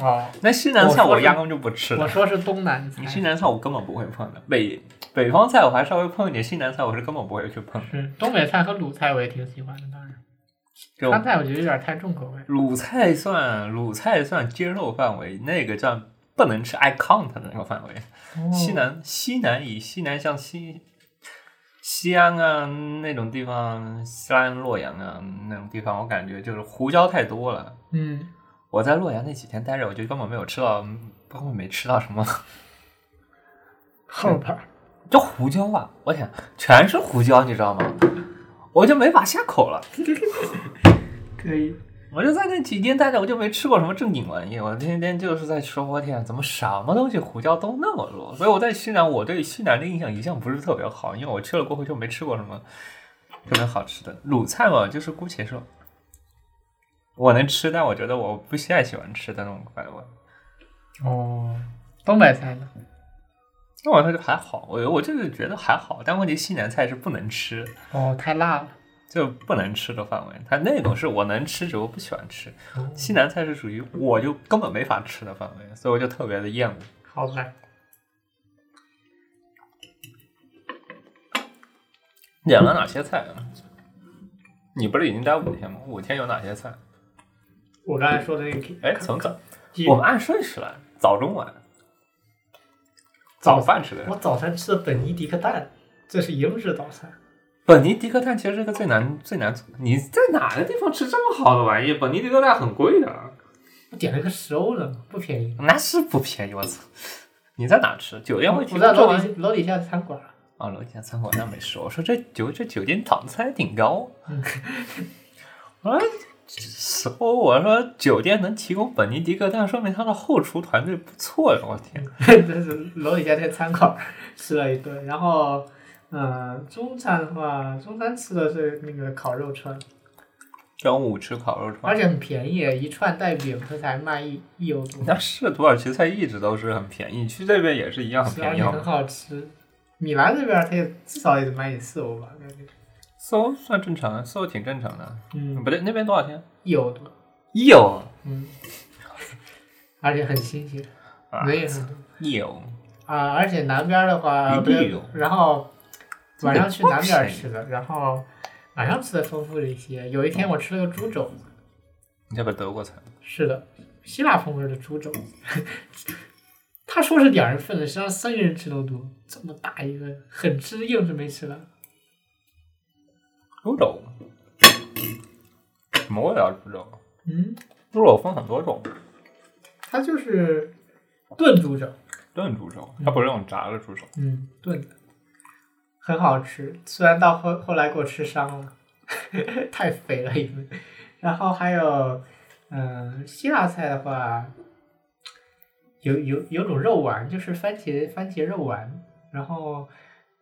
Speaker 6: 哦，
Speaker 5: 那西南菜
Speaker 6: 我说
Speaker 5: 我
Speaker 6: 是
Speaker 5: 压根就不吃
Speaker 6: 我
Speaker 5: 的，
Speaker 6: 说是东南菜。
Speaker 5: 你西南菜我根本不会碰的。北北方菜我还稍微碰一点，西南菜我是根本不会去碰。
Speaker 6: 是东北菜和鲁菜，我也挺喜欢的。当然，
Speaker 5: 就
Speaker 6: 川菜我觉得有点太重口味。
Speaker 5: 鲁菜算鲁菜算接受范围，那个叫不能吃 I count 的那个范围。西
Speaker 6: 嗯
Speaker 5: 南西南以西南像西西安啊那种地方，西安洛阳啊那种地方，我感觉就是胡椒太多了。
Speaker 6: 嗯，
Speaker 5: 我在洛阳那几天待着，我就根本没有吃到，根本没吃到什么，
Speaker 6: 后边儿
Speaker 5: 就胡椒啊！我天，全是胡椒，你知道吗？我就没法下口了。
Speaker 6: 可以。
Speaker 5: 我就在那几天待着，我就没吃过什么正经玩意，我天天就是在吃。我天，啊怎么什么东西胡椒都那么多？所以我在西南，我对西南的印象一向不是特别好，因为我去了过后就没吃过什么特别好吃的鲁菜嘛，就是姑且说我能吃，但我觉得我不太喜欢吃的那种呃怪味。
Speaker 6: 哦，东北菜呢？
Speaker 5: 那我就还好，我我就是觉得还好，但问题西南菜是不能吃，
Speaker 6: 哦，太辣了。
Speaker 5: 就不能吃的范围。它那种是我能吃，只我不喜欢吃。
Speaker 6: 哦
Speaker 5: 西南菜是属于我就根本没法吃的范围，所以我就特别的厌恶。
Speaker 6: 好吧，
Speaker 5: 点了哪些菜啊？你不是已经待五天吗？五天有哪些菜？
Speaker 6: 我刚才说的那个，
Speaker 5: 哎，从早
Speaker 6: 鸡
Speaker 5: 我们按顺序来，早中晚。早饭吃的
Speaker 6: 我早餐吃的本尼迪克蛋，这是英式早餐。
Speaker 5: 本尼迪克蛋其实是个最难最难做。你在哪个地方吃这么好的玩意？本尼迪克蛋很贵的，
Speaker 6: 我点了个十欧的，不便宜。
Speaker 5: 那是不便宜。我操！你在哪吃？酒店会提供
Speaker 6: 我在
Speaker 5: 这
Speaker 6: 楼
Speaker 5: 玩意
Speaker 6: 底楼底下的餐馆儿。
Speaker 5: 啊，楼底下餐馆那没事。我说这酒这酒店档次还挺高。啊
Speaker 6: 嗯
Speaker 5: 我说十欧，我说酒店能提供本尼迪克蛋，说明他的后厨团队不错呀！我
Speaker 6: 嗯
Speaker 5: 天，
Speaker 6: 就是楼底下那餐馆儿 吃了一顿，然后，嗯，中餐的话，中餐吃的是那个烤肉串，
Speaker 5: 中午吃烤肉串，
Speaker 6: 而且很便宜，一串带饼它才卖一一欧多，
Speaker 5: 那是土耳其菜一直都是很便宜，你去这边也是一样很
Speaker 6: 是而
Speaker 5: 便宜哦
Speaker 6: 且
Speaker 5: 好
Speaker 6: 很
Speaker 5: 吗。
Speaker 6: 好吃。米兰这边儿它也至少也得卖你四欧吧，感觉，
Speaker 5: 四欧算正常，四欧挺正常的。
Speaker 6: 嗯
Speaker 5: 不，对，那边多少钱？
Speaker 6: 一欧多，
Speaker 5: 一欧
Speaker 6: 嗯，而且很新鲜，
Speaker 5: 啊，
Speaker 6: 人也很多
Speaker 5: 一欧，
Speaker 6: 啊，而且南边儿的话，
Speaker 5: 一
Speaker 6: 不是
Speaker 5: 定有
Speaker 6: 然后
Speaker 5: 这
Speaker 6: 晚
Speaker 5: 得
Speaker 6: 上去
Speaker 5: 多
Speaker 6: 南边儿
Speaker 5: 便宜
Speaker 6: 吃的，然后晚上吃的丰富了一些。有一
Speaker 5: 嗯
Speaker 6: 天我吃了个猪肘子。
Speaker 5: 你这边德国菜，
Speaker 6: 是的，希腊风味的猪肘。 他说是两人份的，实际上三个人吃都多。这么大一个，很吃硬是没吃完。
Speaker 5: 猪 肘，什么味道猪肘？
Speaker 6: 嗯，
Speaker 5: 猪肘分很多种，
Speaker 6: 它就是炖猪肘，
Speaker 5: 炖猪肘，它不是那种炸的猪肘。
Speaker 6: 嗯，炖的，很好吃。虽然到后后来给我吃伤了， 太肥了一顿。呃然后还有，嗯、希腊菜的话，有有有种肉丸，就是番茄番茄肉丸，然后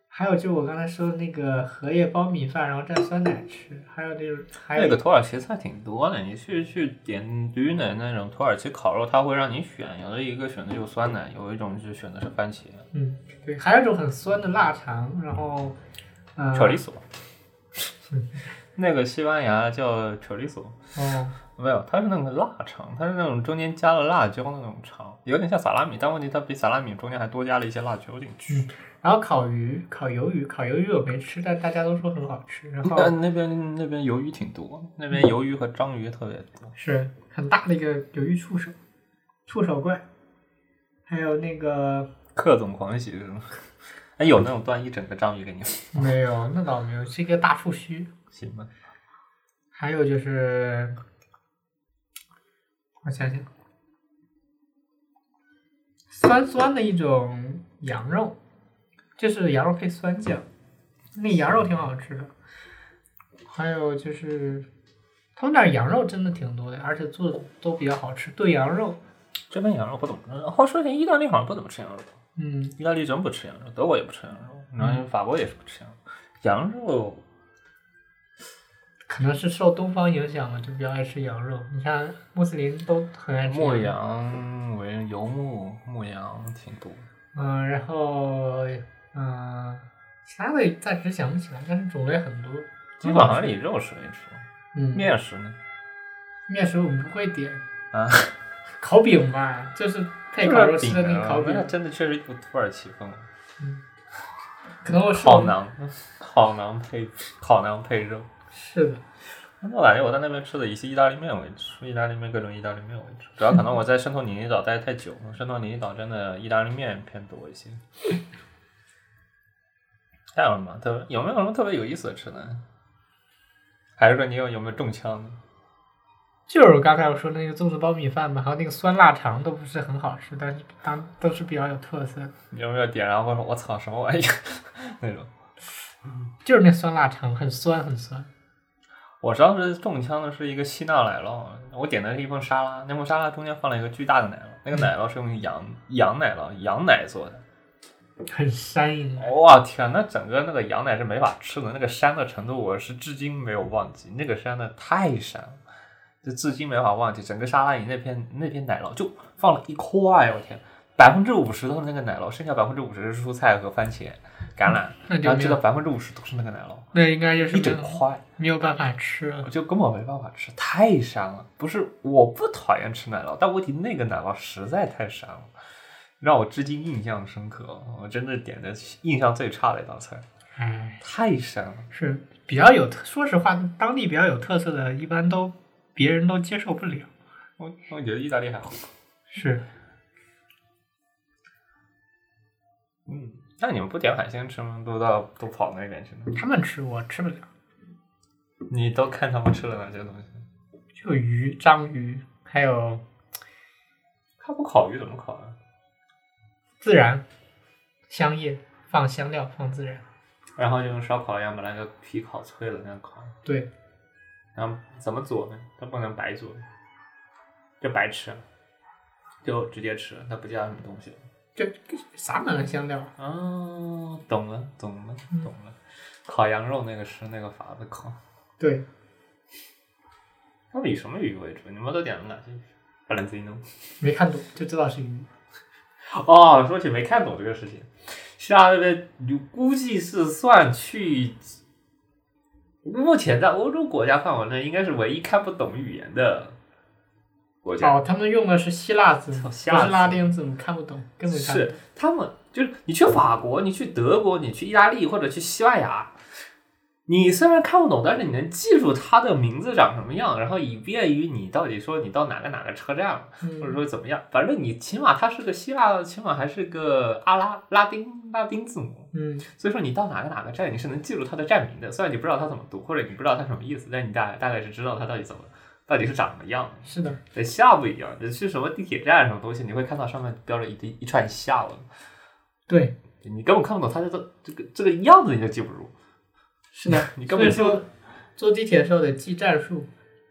Speaker 6: 还有就是我刚才说的那个荷叶苞米饭，然后蘸酸奶吃，还有那种还有
Speaker 5: 那个土耳其菜挺多的，你去去点驴的那种土耳其烤肉，它会让你选，有的一个选的就是酸奶，有一种就选的是番茄。
Speaker 6: 嗯对，还有一种很酸的腊肠，然后嗯、
Speaker 5: c h o r i z o 那个西班牙叫 chorizo，
Speaker 6: 哦
Speaker 5: 没有，它是那个腊肠，它是那种中间加了辣椒的那种肠，有点像萨拉米，但问题它比萨拉米中间还多加了一些辣椒进去。
Speaker 6: 然后烤鱼、烤鱿鱼、烤鱿鱼我没吃，但大家都说很好吃。然后
Speaker 5: 那那边那边鱿鱼挺多，那边鱿鱼和章鱼特别多。
Speaker 6: 是很大的一个鱿鱼触手，触手怪，还有那个
Speaker 5: 克总狂喜是吗？ 哎，有那种端一整个章鱼给你，
Speaker 6: 没有，那倒没有，是一个大触须。
Speaker 5: 行吧？
Speaker 6: 还有就是，我想想，酸酸的一种羊肉，就是羊肉配酸酱，那羊肉挺好吃的。还有就是，他们那儿羊肉真的挺多的，而且做的都比较好吃，炖羊肉，
Speaker 5: 这边羊肉不怎么吃，话说起来，意大利好像不怎么吃羊肉，
Speaker 6: 嗯，
Speaker 5: 意大利真不吃羊肉，德国也不吃羊肉，然后法国也是不吃羊肉，羊肉
Speaker 6: 可能是受东方影响嘛，就比较爱吃羊肉。你看穆斯林都很爱吃
Speaker 5: 牧
Speaker 6: 肉
Speaker 5: 羊为游牧，牧羊挺多。
Speaker 6: 嗯，然后嗯，其他的暂时想不起来，但是种类很多。
Speaker 5: 基本上以肉食为主，
Speaker 6: 嗯，
Speaker 5: 面食呢？
Speaker 6: 面食我们不会点，
Speaker 5: 啊，
Speaker 6: 烤饼吧，就是配烤肉吃的 那个烤饼
Speaker 5: 那。真的确实有土耳其风味。
Speaker 6: 可能我 是
Speaker 5: 烤馕，烤馕配烤馕配肉。
Speaker 6: 是的，
Speaker 5: 我感觉我在那边吃的以意大利面为主，意大利面各种意大利面为主，主要可能我在圣托里尼岛待得太久了，圣托里尼岛真的意大利面偏多一些。还有什么特有没有什么特别有意思的吃的？还是说你有有没有中枪呢？
Speaker 6: 就是我刚才我说的那个粽子苞米饭吧，还有那个酸腊肠都不是很好吃，但是当都是比较有特色的。
Speaker 5: 你有没有点燃过说我操什么玩意儿 那种？
Speaker 6: 就是那酸腊肠很酸很酸，
Speaker 5: 我当时中枪的是一个希腊奶酪，我点的是一份沙拉，那份沙拉中间放了一个巨大的奶酪，那个奶酪是用羊羊奶酪羊奶做的，
Speaker 6: 很膻应。
Speaker 5: 哇天，那整个那个羊奶是没法吃的，那个膻的程度我是至今没有忘记，那个膻的太膻了，就至今没法忘记。整个沙拉里那片那片奶酪就放了一块，我天，百分之五十都是那个奶酪，剩下百分之五十是蔬菜和番茄、橄榄，
Speaker 6: 嗯那就
Speaker 5: 然后
Speaker 6: 没
Speaker 5: 知道
Speaker 6: 有，
Speaker 5: 百分之五十都是那个奶酪，
Speaker 6: 那应该就是
Speaker 5: 一
Speaker 6: 没
Speaker 5: 整
Speaker 6: 有
Speaker 5: 块。
Speaker 6: 没有办法吃了
Speaker 5: 我。就根本没办法吃，太膻了。不是我不讨厌吃奶酪，但问题那个奶酪实在太膻了，让我至今印象深刻。我真的点的印象最差的一道菜，
Speaker 6: 唉。
Speaker 5: 太膻了。
Speaker 6: 是比较有特，说实话，当地比较有特色的，一般都别人都接受不了。
Speaker 5: 我我觉得意大利还好。
Speaker 6: 是，
Speaker 5: 嗯，那你们不点海鲜吃吗？都到都跑那边去了？
Speaker 6: 他们吃我吃不了，
Speaker 5: 你都看他们吃了哪些东西？
Speaker 6: 就鱼、章鱼，还有
Speaker 5: 他不烤鱼怎么烤啊？
Speaker 6: 孜然、香叶，放香料，放孜然。
Speaker 5: 然后就用烧烤一样把那个皮烤脆了，那样烤。
Speaker 6: 对，
Speaker 5: 然后怎么做呢？它不能白做，就白吃，就直接吃，它不加什么东西。
Speaker 6: 就撒满了香料。
Speaker 5: 哦，懂了，懂了，
Speaker 6: 嗯
Speaker 5: 懂了。烤羊肉那个是那个法子烤，
Speaker 6: 对，
Speaker 5: 到底以什么鱼为主？你们都点了哪些鱼？巴伦西诺。
Speaker 6: 没看懂就知道是鱼。
Speaker 5: 哦，说起没看懂这个事情，啊希腊那边你估计是算去，目前在欧洲国家范围内应该是唯一看不懂语言的国家。
Speaker 6: 哦，他们用的是希腊字母，
Speaker 5: 操
Speaker 6: 不
Speaker 5: 希
Speaker 6: 是
Speaker 5: 腊字
Speaker 6: 拉丁字母，看不懂，根本看不
Speaker 5: 是
Speaker 6: 懂。
Speaker 5: 他们就是你去法国，你去德国，你去意大利或者去西班牙，你虽然看不懂，但是你能记住它的名字长什么样，然后以便于你到底说你到哪个哪个车站了，或者
Speaker 6: 嗯，
Speaker 5: 说怎么样，反正你起码它是个希腊，起码还是个阿拉拉丁拉丁字母。
Speaker 6: 嗯，
Speaker 5: 所以说你到哪个哪个站，你是能记住它的站名的，虽然你不知道它怎么读，或者你不知道它什么意思，但你大大概是知道它到底怎么，到底是长什么样的。
Speaker 6: 是的，
Speaker 5: 对，下不一样，你去什么地铁站什么东西，你会看到上面标着一一一串下文，
Speaker 6: 对，
Speaker 5: 你根本看不懂它这个这个这个样子，你就记不住。
Speaker 6: 是的。
Speaker 5: 你根
Speaker 6: 所以
Speaker 5: 本就
Speaker 6: 说，坐地铁的时候得记战术。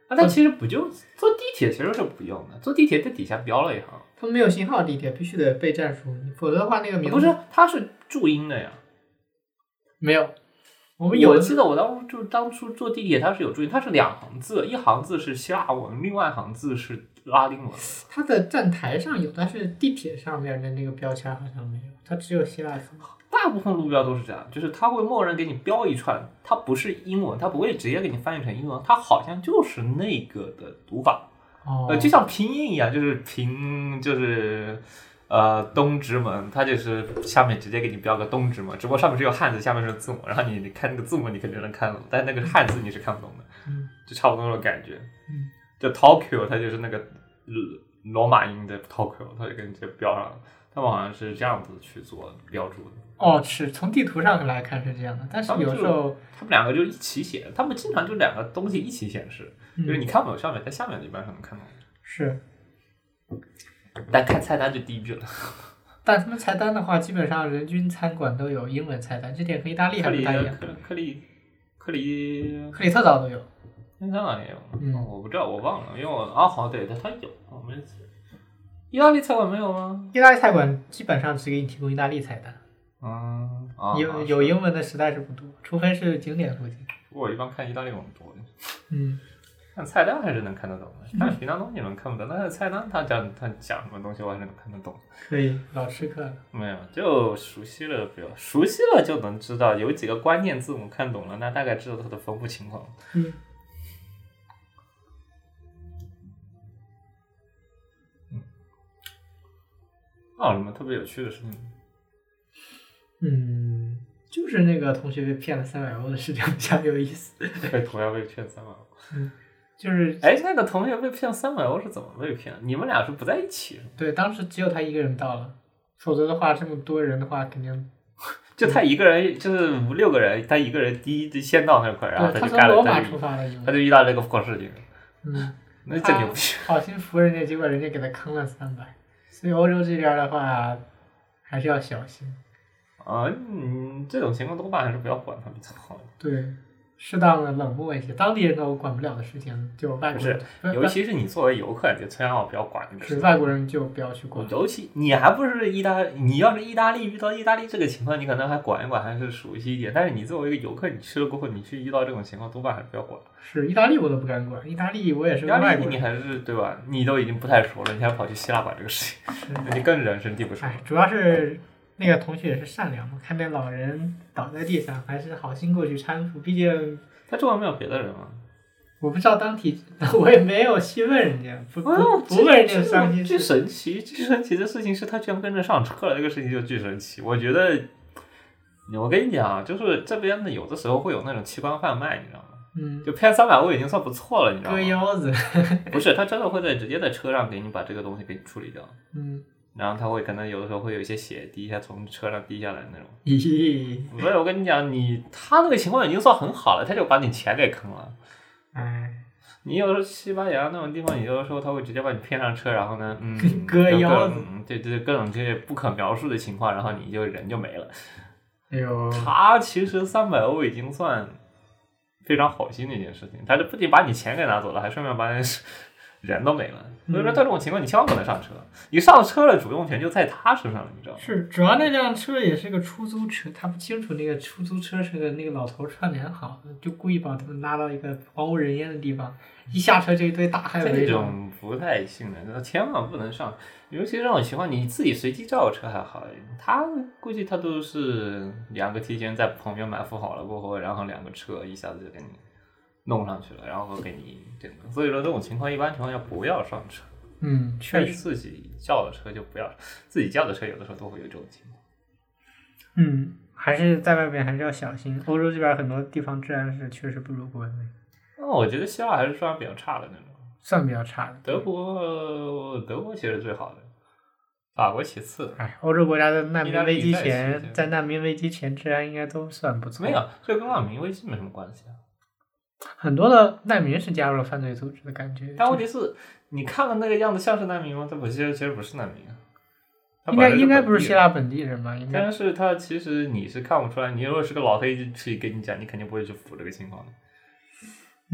Speaker 5: 啊，但其实不就坐地铁其实是不用的，坐地铁在底下标了一行，
Speaker 6: 他们没有型号地铁，必须得备战术，否则的话那个名字
Speaker 5: 不是，它是注音的呀。
Speaker 6: 没有。我
Speaker 5: 我
Speaker 6: 们有的
Speaker 5: 记得我当初就当初坐地铁，它是有注音，它是两行字，一行字是希腊文，另外一行字是拉丁文。
Speaker 6: 它的站台上有，但是地铁上面的那个标签好像没有，它只有希腊字。
Speaker 5: 大部分路标都是这样，就是它会默认给你标一串，它不是英文，它不会直接给你翻译成英文，它好像就是那个的读法，
Speaker 6: 哦
Speaker 5: 呃，就像拼音一样，就是平就是呃东直门，它就是下面直接给你标个东直门，只不过上面是有汉字，下面是字母，然后你你看那个字母你肯定能看懂，但那个汉字你是看不懂的，
Speaker 6: 嗯
Speaker 5: 就差不多那种感觉。
Speaker 6: 嗯，
Speaker 5: 就 Tokyo 它就是那个呃罗马音的 Tokyo，它就给你直接标上了，他们好像是这样子去做标注的。
Speaker 6: 哦，是从地图上来看是这样的，但是
Speaker 5: 他们
Speaker 6: 有
Speaker 5: 就
Speaker 6: 时候
Speaker 5: 他们两个就一起写，他们经常就两个东西一起显示，就是你
Speaker 6: 嗯
Speaker 5: 看不懂上面，在下面的一般上能看懂。
Speaker 6: 是，
Speaker 5: 但看菜单就低 级了，
Speaker 6: 但他们菜单的话，基本上人均餐馆都有英文菜单，这点和意大利
Speaker 5: 克
Speaker 6: 还不
Speaker 5: 里
Speaker 6: 大一样。
Speaker 5: 克克里克里
Speaker 6: 克里特岛都有，
Speaker 5: 香港也有，
Speaker 6: 嗯
Speaker 5: 哦我不知道，我忘了，因为我啊好对，他他有，我们意大利菜馆没有吗？
Speaker 6: 意大利菜馆基本上只给你提供意大利菜单，
Speaker 5: 嗯啊，
Speaker 6: 有
Speaker 5: 啊
Speaker 6: 有
Speaker 5: 是
Speaker 6: 英文的实哦在是不多，除非是景点附近。
Speaker 5: 不过我一般看意大利网多，
Speaker 6: 嗯，
Speaker 5: 看菜单还是能看得懂的，但平常东西能看不懂，但是菜单他讲他讲什么东西我还是能看得懂。
Speaker 6: 可以，老吃客了。
Speaker 5: 没有，就熟悉了，比较熟悉了就能知道有几个关键字母看懂了，那大概知道它的分布情况。
Speaker 6: 嗯，
Speaker 5: 嗯那有什么哦特别有趣的事情吗？
Speaker 6: 嗯，就是那个同学被骗了三百欧的事情比较有意思，
Speaker 5: 被同学被骗三百欧？
Speaker 6: 就是
Speaker 5: 哎，那个同学被骗三百欧是怎么被骗？你们俩是不在一起是吗？
Speaker 6: 对，当时只有他一个人到了，否则的话，这么多人的话，肯定
Speaker 5: 就
Speaker 6: 嗯
Speaker 5: 他一个人，就是五六个人，他一个人第一就先到那块儿，然后
Speaker 6: 对他
Speaker 5: 就
Speaker 6: 从
Speaker 5: 干了，
Speaker 6: 罗马
Speaker 5: 他
Speaker 6: 出
Speaker 5: 就
Speaker 6: 发的，因
Speaker 5: 他
Speaker 6: 为
Speaker 5: 就遇到这个破事情，
Speaker 6: 嗯，
Speaker 5: 那真
Speaker 6: 他
Speaker 5: 牛逼！
Speaker 6: 好心扶人家，结果人家给他坑了三百，所以欧洲这边的话，还是要小心，
Speaker 5: 啊，嗯，这种情况多半还是不要管他比较好。
Speaker 6: 对，适当的冷漠一些，当地人都管不了的事情，就外国人，不
Speaker 5: 尤其是你作为游客，你就千万不要管那个事
Speaker 6: 是
Speaker 5: 情。
Speaker 6: 外国人就不要去管，
Speaker 5: 尤其你还不是意大，你要是意大利遇到意大利这个情况，你可能还管一管，还是熟悉一点。但是你作为一个游客，你去了过后，你去遇到这种情况，多半还是不要管。
Speaker 6: 是意大利我都不敢管，意大利我也是
Speaker 5: 意
Speaker 6: 个
Speaker 5: 大
Speaker 6: 外
Speaker 5: 利
Speaker 6: 国
Speaker 5: 你
Speaker 6: 人，
Speaker 5: 还是对吧？你都已经不太熟了，你还跑去希腊管这个事情，那就更人生地不熟了
Speaker 6: 哎，。主要是。那个同学也是善良嘛，看见老人倒在地上，还是好心过去搀扶。毕竟
Speaker 5: 他周围没有别的人吗？
Speaker 6: 我不知道当体，我也没有细问人家，不不
Speaker 5: 哦，
Speaker 6: 不问人家伤心
Speaker 5: 最
Speaker 6: 事。
Speaker 5: 神奇、最神奇的事情是他居然跟着上车了，这个事情就巨神奇。我觉得，我跟你讲啊，就是这边的有的时候会有那种器官贩卖，你知道吗？
Speaker 6: 嗯，
Speaker 5: 就骗三百欧已经算不错了，你知道
Speaker 6: 割
Speaker 5: 吗？
Speaker 6: 腰子，
Speaker 5: 不是，他真的会在直接在车上给你把这个东西给你处理掉，
Speaker 6: 嗯，
Speaker 5: 然后他会可能有的时候会有一些血滴一下从车上滴下来那种。
Speaker 6: 咦，
Speaker 5: 所以我跟你讲，你他那个情况已经算很好了，他就把你钱给坑了。
Speaker 6: 哎，
Speaker 5: 你有时候西班牙那种地方，你有的时候他会直接把你骗上车，然后呢，嗯，
Speaker 6: 割
Speaker 5: 有各
Speaker 6: 腰子
Speaker 5: 嗯对对，各种这些不可描述的情况，然后你就人就没了。
Speaker 6: 哎呦，
Speaker 5: 他其实三百欧已经算非常好心的一件事情，他就不仅把你钱给拿走了，还顺便把你人都没了。所
Speaker 6: 嗯
Speaker 5: 以说，在这种情况，你千万不能上车。你上车了，主动权就在他身上了，你知道吗？
Speaker 6: 是，主要那辆车也是个出租车，他不清楚那个出租车是个那个老头串联好的，就故意把他们拉到一个荒无人烟的地方，一下车就一堆大汉
Speaker 5: 这
Speaker 6: 围着。
Speaker 5: 种不太信任，千万不能上。尤其这种情况，你自己随机叫个车还好，他估计他都是两个提前在旁边埋伏好了过后，然后两个车一下子就给你弄上去了，然后给你这个。所以说这种情况，一般情况下不要上车，
Speaker 6: 嗯，确实，
Speaker 5: 自己叫的车就不要，自己叫的车有的时候都会有这种情况。
Speaker 6: 嗯，还是在外面还是要小心。欧洲这边很多地方治安是确实不如国内，
Speaker 5: 那我觉得希腊还是算比较差的那种，
Speaker 6: 算比较差的。
Speaker 5: 德国德国其实最好的，法国其次。
Speaker 6: 哎，欧洲国家的难
Speaker 5: 意大
Speaker 6: 民
Speaker 5: 利
Speaker 6: 危机
Speaker 5: 在世界
Speaker 6: 前，在难民危机前，治安应该都算不错。
Speaker 5: 没有，，这跟难民危机没什么关系啊。
Speaker 6: 很多的难民是加入了犯罪组织的感觉。
Speaker 5: 但
Speaker 6: 就
Speaker 5: 问题是，你看了那个样子像是难民吗？他不，其实其实不是难民啊。他
Speaker 6: 应该
Speaker 5: 本来
Speaker 6: 应该
Speaker 5: 本
Speaker 6: 不是
Speaker 5: 地啊
Speaker 6: 希
Speaker 5: 人，
Speaker 6: 腊本地人吧？应该
Speaker 5: 但是他其实你是看不出来。你如果是个老黑去跟你讲，你肯定不会去服这个情况的。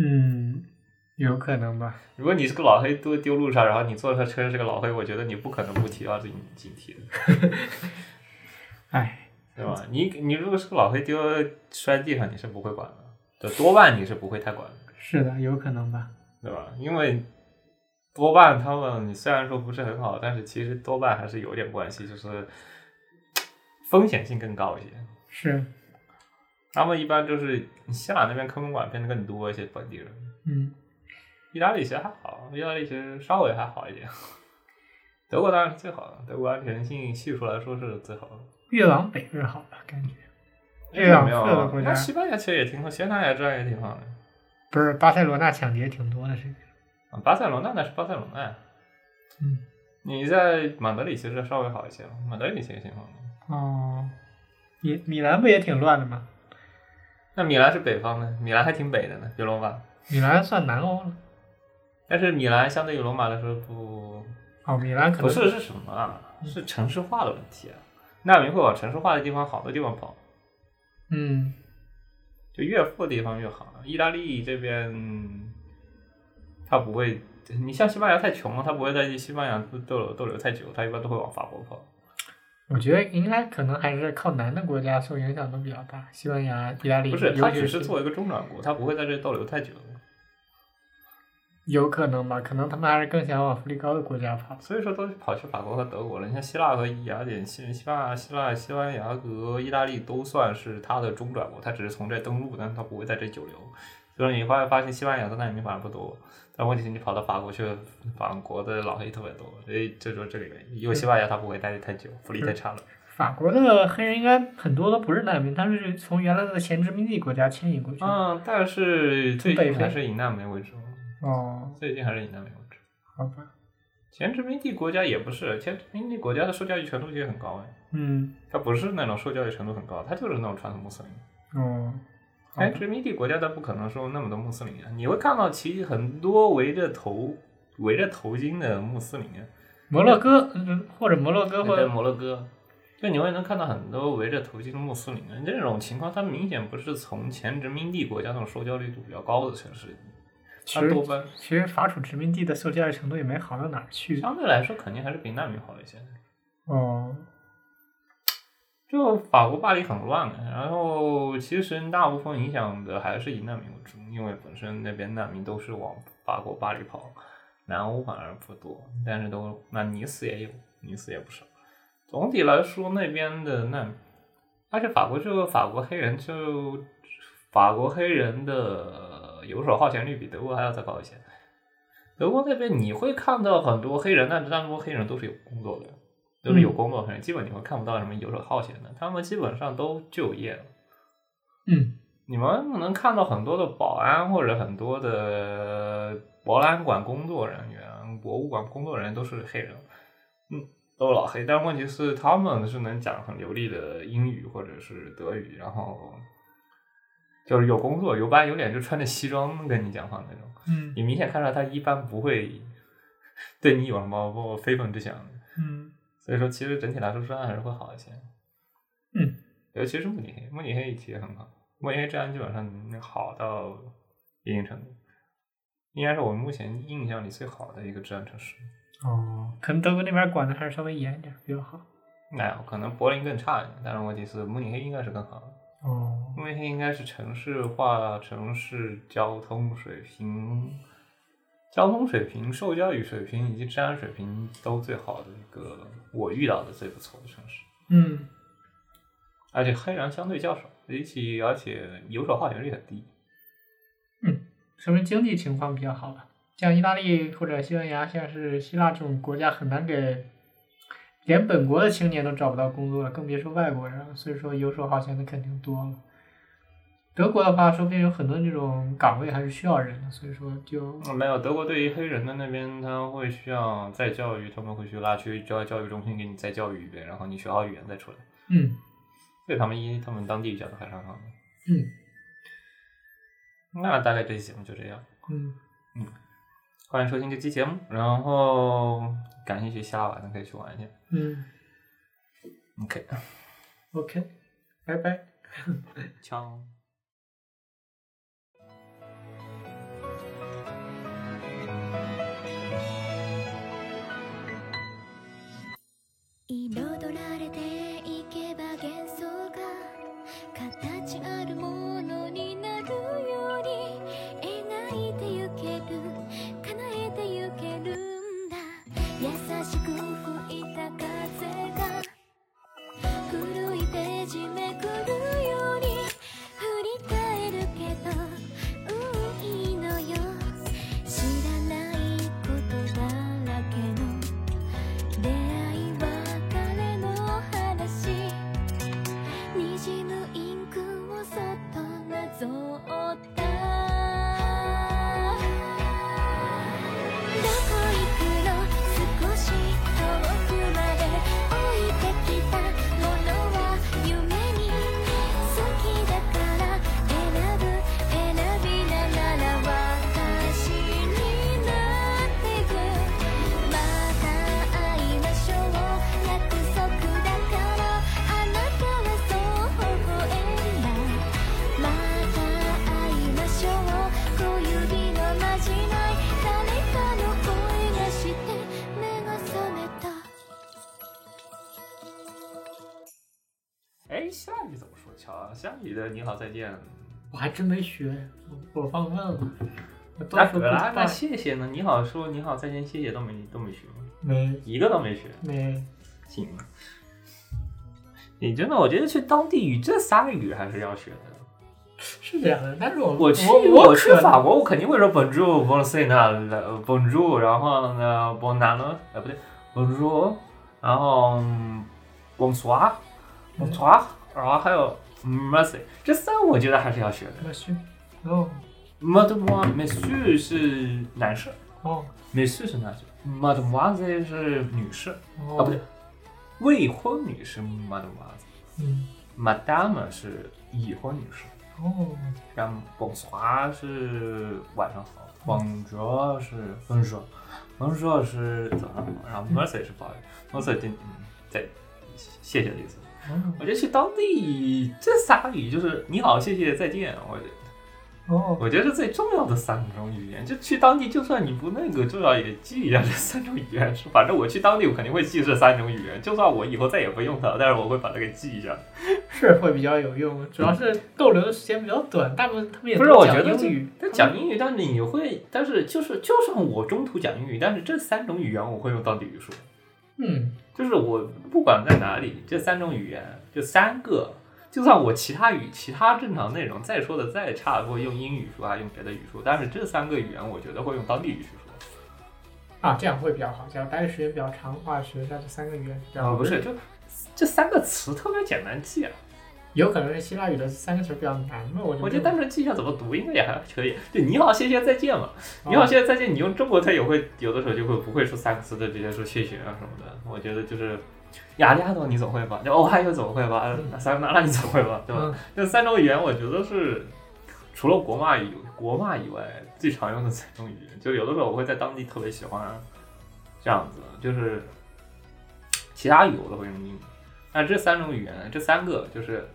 Speaker 6: 嗯，有可能吧？
Speaker 5: 如果你是个老黑丢丢路上，然后你坐上车是个老黑，我觉得你不可能不提到这警惕的，
Speaker 6: 哎，
Speaker 5: 对吧？你你如果是个老黑丢摔地上，你是不会管的，对，多半你是不会太管的。
Speaker 6: 是的，有可能吧？
Speaker 5: 对吧？因为多半他们，你虽然说不是很好，但是其实多半还是有点关系，就是风险性更高一些。
Speaker 6: 是，
Speaker 5: 他们一般就是希腊那边坑蒙拐骗的更多一些，本地人。
Speaker 6: 嗯，
Speaker 5: 意大利其实还好，意大利其实稍微还好一点。德国当然是最好的，德国安全性系数来说是最好的。
Speaker 6: 越往北越好吧？感觉
Speaker 5: 日本没
Speaker 6: 这两个
Speaker 5: 有啊
Speaker 6: 国，家
Speaker 5: 那西班牙其实也挺好，西班牙这样也挺好的。
Speaker 6: 不是巴塞罗那抢劫挺多的，这个
Speaker 5: 啊巴塞罗那那是巴塞罗那呀，
Speaker 6: 嗯，
Speaker 5: 你在马德里其实稍微好一些，马德里其实挺好的。
Speaker 6: 哦，米米兰不也挺乱的吗？
Speaker 5: 那米兰是北方的，米兰还挺北的呢，比罗马。
Speaker 6: 米兰算南欧了，
Speaker 5: 但是米兰相对于罗马来说不
Speaker 6: 哦，米兰可能
Speaker 5: 不是是什么啊？是城市化的问题啊。难民会往城市化的地方、好的地方跑，
Speaker 6: 嗯，
Speaker 5: 就越富的地方越好。意大利这边，他不会，你像西班牙太穷了，他不会在西班牙逗留逗留太久，他一般都会往法国跑。
Speaker 6: 我觉得应该可能还是靠南的国家受影响都比较大，西班牙、意大利，
Speaker 5: 不是，
Speaker 6: 尤
Speaker 5: 他
Speaker 6: 其
Speaker 5: 只是作为一个中转国，他不会在这逗留太久。
Speaker 6: 有可能吧，可能他们还是更想往福利高的国家跑。
Speaker 5: 所以说都跑去法国和德国了。你像希腊和雅典、西西班牙、希腊、西班牙和意大利都算是它的中转国，它只是从这登陆，但是它不会在这久留。所以你会发现西班牙的难民反而不多，但问题是你跑到法国去，法国的老黑特别多，所以这就是这个原因。因为西班牙它不会待得太久，福利太差了。
Speaker 6: 法国的黑人应该很多都不是难民，他们是从原来的前殖民地国家迁移过去的。
Speaker 5: 嗯，但是最
Speaker 6: 北
Speaker 5: 近
Speaker 6: 非
Speaker 5: 还是以难民为主，
Speaker 6: 哦，
Speaker 5: 最近还是以难民为主。
Speaker 6: 好吧，
Speaker 5: 前殖民地国家也不是，前殖民地国家的受教育程度其实很高哎，
Speaker 6: 嗯，
Speaker 5: 它不是那种受教育程度很高，它就是那种传统穆斯林。
Speaker 6: 哦，好
Speaker 5: 哎，
Speaker 6: 吧
Speaker 5: 殖民地国家它不可能说那么多穆斯林啊，你会看到其实很多围着头围着头巾的穆斯林啊，
Speaker 6: 摩洛哥嗯或者摩洛哥或
Speaker 5: 在
Speaker 6: 者
Speaker 5: 摩洛哥，就你会能看到很多围着头巾的穆斯林啊。这种情况，它明显不是从前殖民地国家那种受教育度比较高的城市，
Speaker 6: 其
Speaker 5: 它
Speaker 6: 实
Speaker 5: 多半
Speaker 6: 其实法属殖民地的受教育程度也没好到哪儿去。
Speaker 5: 相对来说肯定还是比难民好一些。
Speaker 6: 哦，
Speaker 5: 就法国巴黎很乱啊，然后其实大部分影响的还是以难民为主，因为本身那边难民都是往法国巴黎跑，南欧反而不多，但是都那尼斯也有，尼斯也不少。总体来说，那边的难，而且法国这个法国黑人就法国黑人的游手好闲率比德国还要再高一些。德国那边你会看到很多黑人，但是大多黑人都是有工作的，都是有工作的黑人，基本你会看不到什么游手好闲的，他们基本上都就业了。
Speaker 6: 嗯，
Speaker 5: 你们能看到很多的保安或者很多的博览馆工作人员、博物馆工作人员都是黑人，嗯，都是老黑。但问题是，他们是能讲很流利的英语或者是德语，然后就是有工作、有板有脸，就穿着西装跟你讲话那种。
Speaker 6: 嗯
Speaker 5: 你明显看出来他一般不会对你有什么非分之想，
Speaker 6: 嗯
Speaker 5: 所以说其实整体来说治安还是会好一些。
Speaker 6: 嗯，
Speaker 5: 尤其是慕尼黑，慕尼黑其实很好，慕尼黑治安基本上好到一定程度，应该是我目前印象里最好的一个治安城市。
Speaker 6: 哦，可能德国那边管的还是稍微严一点比较好。
Speaker 5: 那、哎、可能柏林更差一点，但是问题是慕尼黑应该是更好的。
Speaker 6: 哦，
Speaker 5: 慕尼黑应该是城市化、城市交通水平、交通水平、受教育水平以及治安水平都最好的一个我遇到的最不错的城市，
Speaker 6: 嗯，
Speaker 5: 而且黑人相对较少，比起而且游手好闲率很低。
Speaker 6: 说明经济情况比较好吧。像意大利或者西班牙，像是希腊这种国家，很难给连本国的青年都找不到工作了，更别说外国人了。所以说游手好闲的肯定多了。德国的话，说不定有很多这种岗位还是需要人的，所以说就
Speaker 5: 嗯没有，德国对于黑人的那边，他会需要再教育，他们会去拉去教教育中心给你再教育一遍，然后你学好语言再出来。
Speaker 6: 嗯
Speaker 5: 对他们一他们当地讲的还是很好的。
Speaker 6: 嗯
Speaker 5: 那大概这期节目就这样。
Speaker 6: 嗯，
Speaker 5: 欢迎收听这期节目，然后感兴趣瞎玩的可以去玩一下。
Speaker 6: 嗯
Speaker 5: OK，
Speaker 6: ，OK，拜拜。
Speaker 5: 枪。哎，希腊语怎么说？瞧啊，希腊语的你好再见，
Speaker 6: 我还真没学，我我放慢了，我都
Speaker 5: 那
Speaker 6: 说
Speaker 5: 格
Speaker 6: 不
Speaker 5: 拉那
Speaker 6: 大
Speaker 5: 谢谢呢？你好说你好再见谢谢都没都没学吗，
Speaker 6: 没
Speaker 5: 一个都没学，
Speaker 6: 没
Speaker 5: 行吗？你真的，我觉得去当地语这仨语还是要学的。
Speaker 6: 是这样的，但是我
Speaker 5: 我去，
Speaker 6: 我
Speaker 5: 去
Speaker 6: 可
Speaker 5: 法国，我肯定会说 Bonjour、Bonjour、Bonjour，然后呢，Bonjour，呃，不对，Bonjour，然后嗯 Bonsoir、Bonsoir，然后还有 Merci，这三我觉得还是要学的。
Speaker 6: 我去哦
Speaker 5: Madame Monsieur 是男士
Speaker 6: 哦
Speaker 5: ，Monsieur 是男士，Mademoiselle 是女士，啊，
Speaker 6: 哦
Speaker 5: 不对，，未婚女士 Mademoiselle，Madame
Speaker 6: 嗯
Speaker 5: 是已婚女士。
Speaker 6: 哦
Speaker 5: 像 bonsoir 是晚上好，bonjour 是 bonjour，bonjour 是早上好，然后 mercy 是不好意思，mercy 就嗯，对，谢谢的意思。
Speaker 6: 哦
Speaker 5: 我觉得去当地这仨语就是你好、谢谢、再见，我觉得
Speaker 6: 哦
Speaker 5: 我觉得是最重要的三种语言。就去当地，就算你不那个，至少也记一下这三种语言。是反正我去当地，我肯定会记这三种语言，就算我以后再也不用它，但是我会把它给记一下。
Speaker 6: 是会比较有用，主要是逗留的时间比较短，大部分他们也
Speaker 5: 不是，
Speaker 6: 都
Speaker 5: 我
Speaker 6: 讲
Speaker 5: 觉得
Speaker 6: 英语，
Speaker 5: 但讲英语，但是你会，但是就是就算我中途讲英语，但是这三种语言我会用当地语说，
Speaker 6: 嗯
Speaker 5: 就是我不管在哪里，这三种语言就三个，就算我其他语其他正常内容再说的再差，会用英语说还用别的语说，但是这三个语言我觉得会用当地语去说。
Speaker 6: 啊这样会比较好，只要待的时间比较长的话，学一下这三个语言比较
Speaker 5: 啊，
Speaker 6: 好。
Speaker 5: 不是，就这三个词特别简单记啊，
Speaker 6: 有可能是希腊语的三个词比较难嘛，我
Speaker 5: 我就
Speaker 6: 觉得
Speaker 5: 单纯记一下怎么读，应该也还可以。就你好，谢谢，再见嘛。
Speaker 6: 哦
Speaker 5: 你好，谢谢，再见。你用中国它也会有的时候就会不会说三个字的，直接说谢谢啊什么的。我觉得就是雅利亚诺你总会吧，就欧汉又总会吧，塞纳拉你总会吧，对吧
Speaker 6: 嗯？
Speaker 5: 这三种语言我觉得是除了国骂以国骂以外最常用的三种语言。就有的时候我会在当地特别喜欢这样子，就是其他语我都会用英语，但这三种语言这三个就是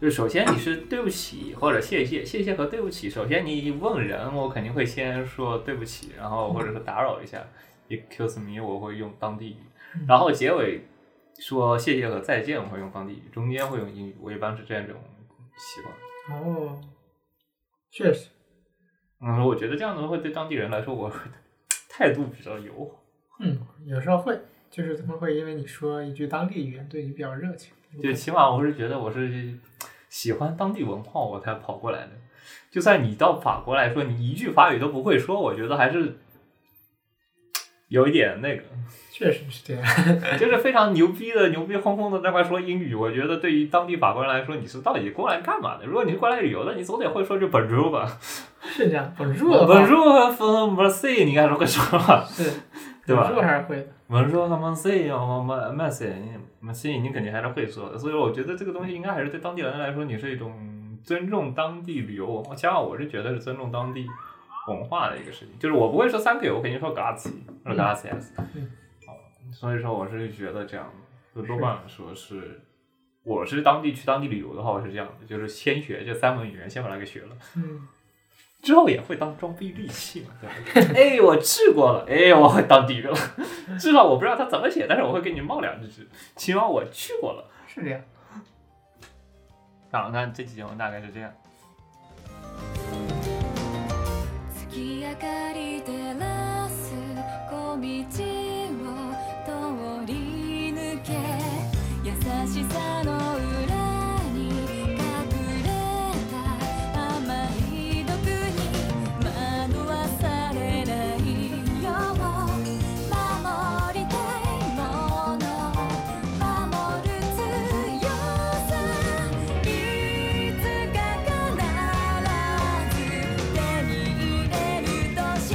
Speaker 5: 就首先你是对不起或者谢谢，谢谢和对不起。首先你问人，我肯定会先说对不起，然后或者是打扰一下，excuse me，我会用当地语。然后结尾说谢谢和再见，我会用当地语，中间会用英语。我一般是这样这种习惯。
Speaker 6: 哦，确实
Speaker 5: 嗯，我觉得这样的会 对当地人来说，我态度比较友好。
Speaker 6: 嗯有时候会，就是他们会因为你说一句当地语言对你比较热情，
Speaker 5: 就起码我是觉得我是喜欢当地文化，我才跑过来的。就算你到法国来说，你一句法语都不会说，我觉得还是有一点那个，
Speaker 6: 确实是这样。
Speaker 5: 就是非常牛逼的、牛逼哄哄的在那块说英语。我觉得对于当地法国人来说，你是到底过来干嘛的？如果你是过来旅游的，你总得会说句 Bonjour 吧
Speaker 6: 是这样，本硕的话
Speaker 5: ，Bonjour 和 Merci 你应该是会说吧，
Speaker 6: 是，
Speaker 5: 对吧
Speaker 6: 本硕还是会的。
Speaker 5: Bonjour 和 Merci 和 Merci，你 Merci 你肯定还是会说的。所以我觉得这个东西应该还是对当地人来说，你是一种尊重当地旅游文化。加上我是觉得是尊重当地文化的一个事情，就是我不会说 Thank you，我肯定说 Grazie 或者 Gracias。
Speaker 6: 嗯
Speaker 5: 所以说我是觉得这样的，就多半说是，我是当地去当地旅游的话，我是这样的，就是先学这三门语言，先把它给学了。
Speaker 6: 嗯，
Speaker 5: 之后也会当装逼利器嘛，对吧？ 哎，我治过了，哎，我会当地狱了。 至少我不知道他怎么写，但是我会给你冒两句字，起码我去过了。
Speaker 6: 是这样。
Speaker 5: 好，那这期节目大概是这样。
Speaker 8: 月明かり照らす小道を通り抜け優しさの裏に隠れた甘い毒に惑わされないよう守りたいもの守る強さ「いつか必ず手に入れる「自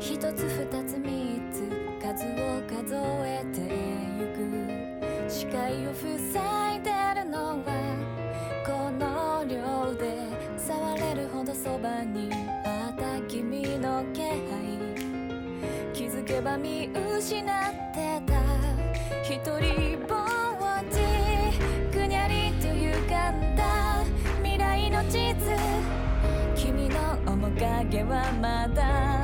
Speaker 8: 一つ二つ三つ数を数えてゆく視界を塞いでるのはこの量で触れるほどそばにあった君の気配気づけば見失ってた一人ぼっちぐにゃりと歪んだ未来の地図君の面影はまだ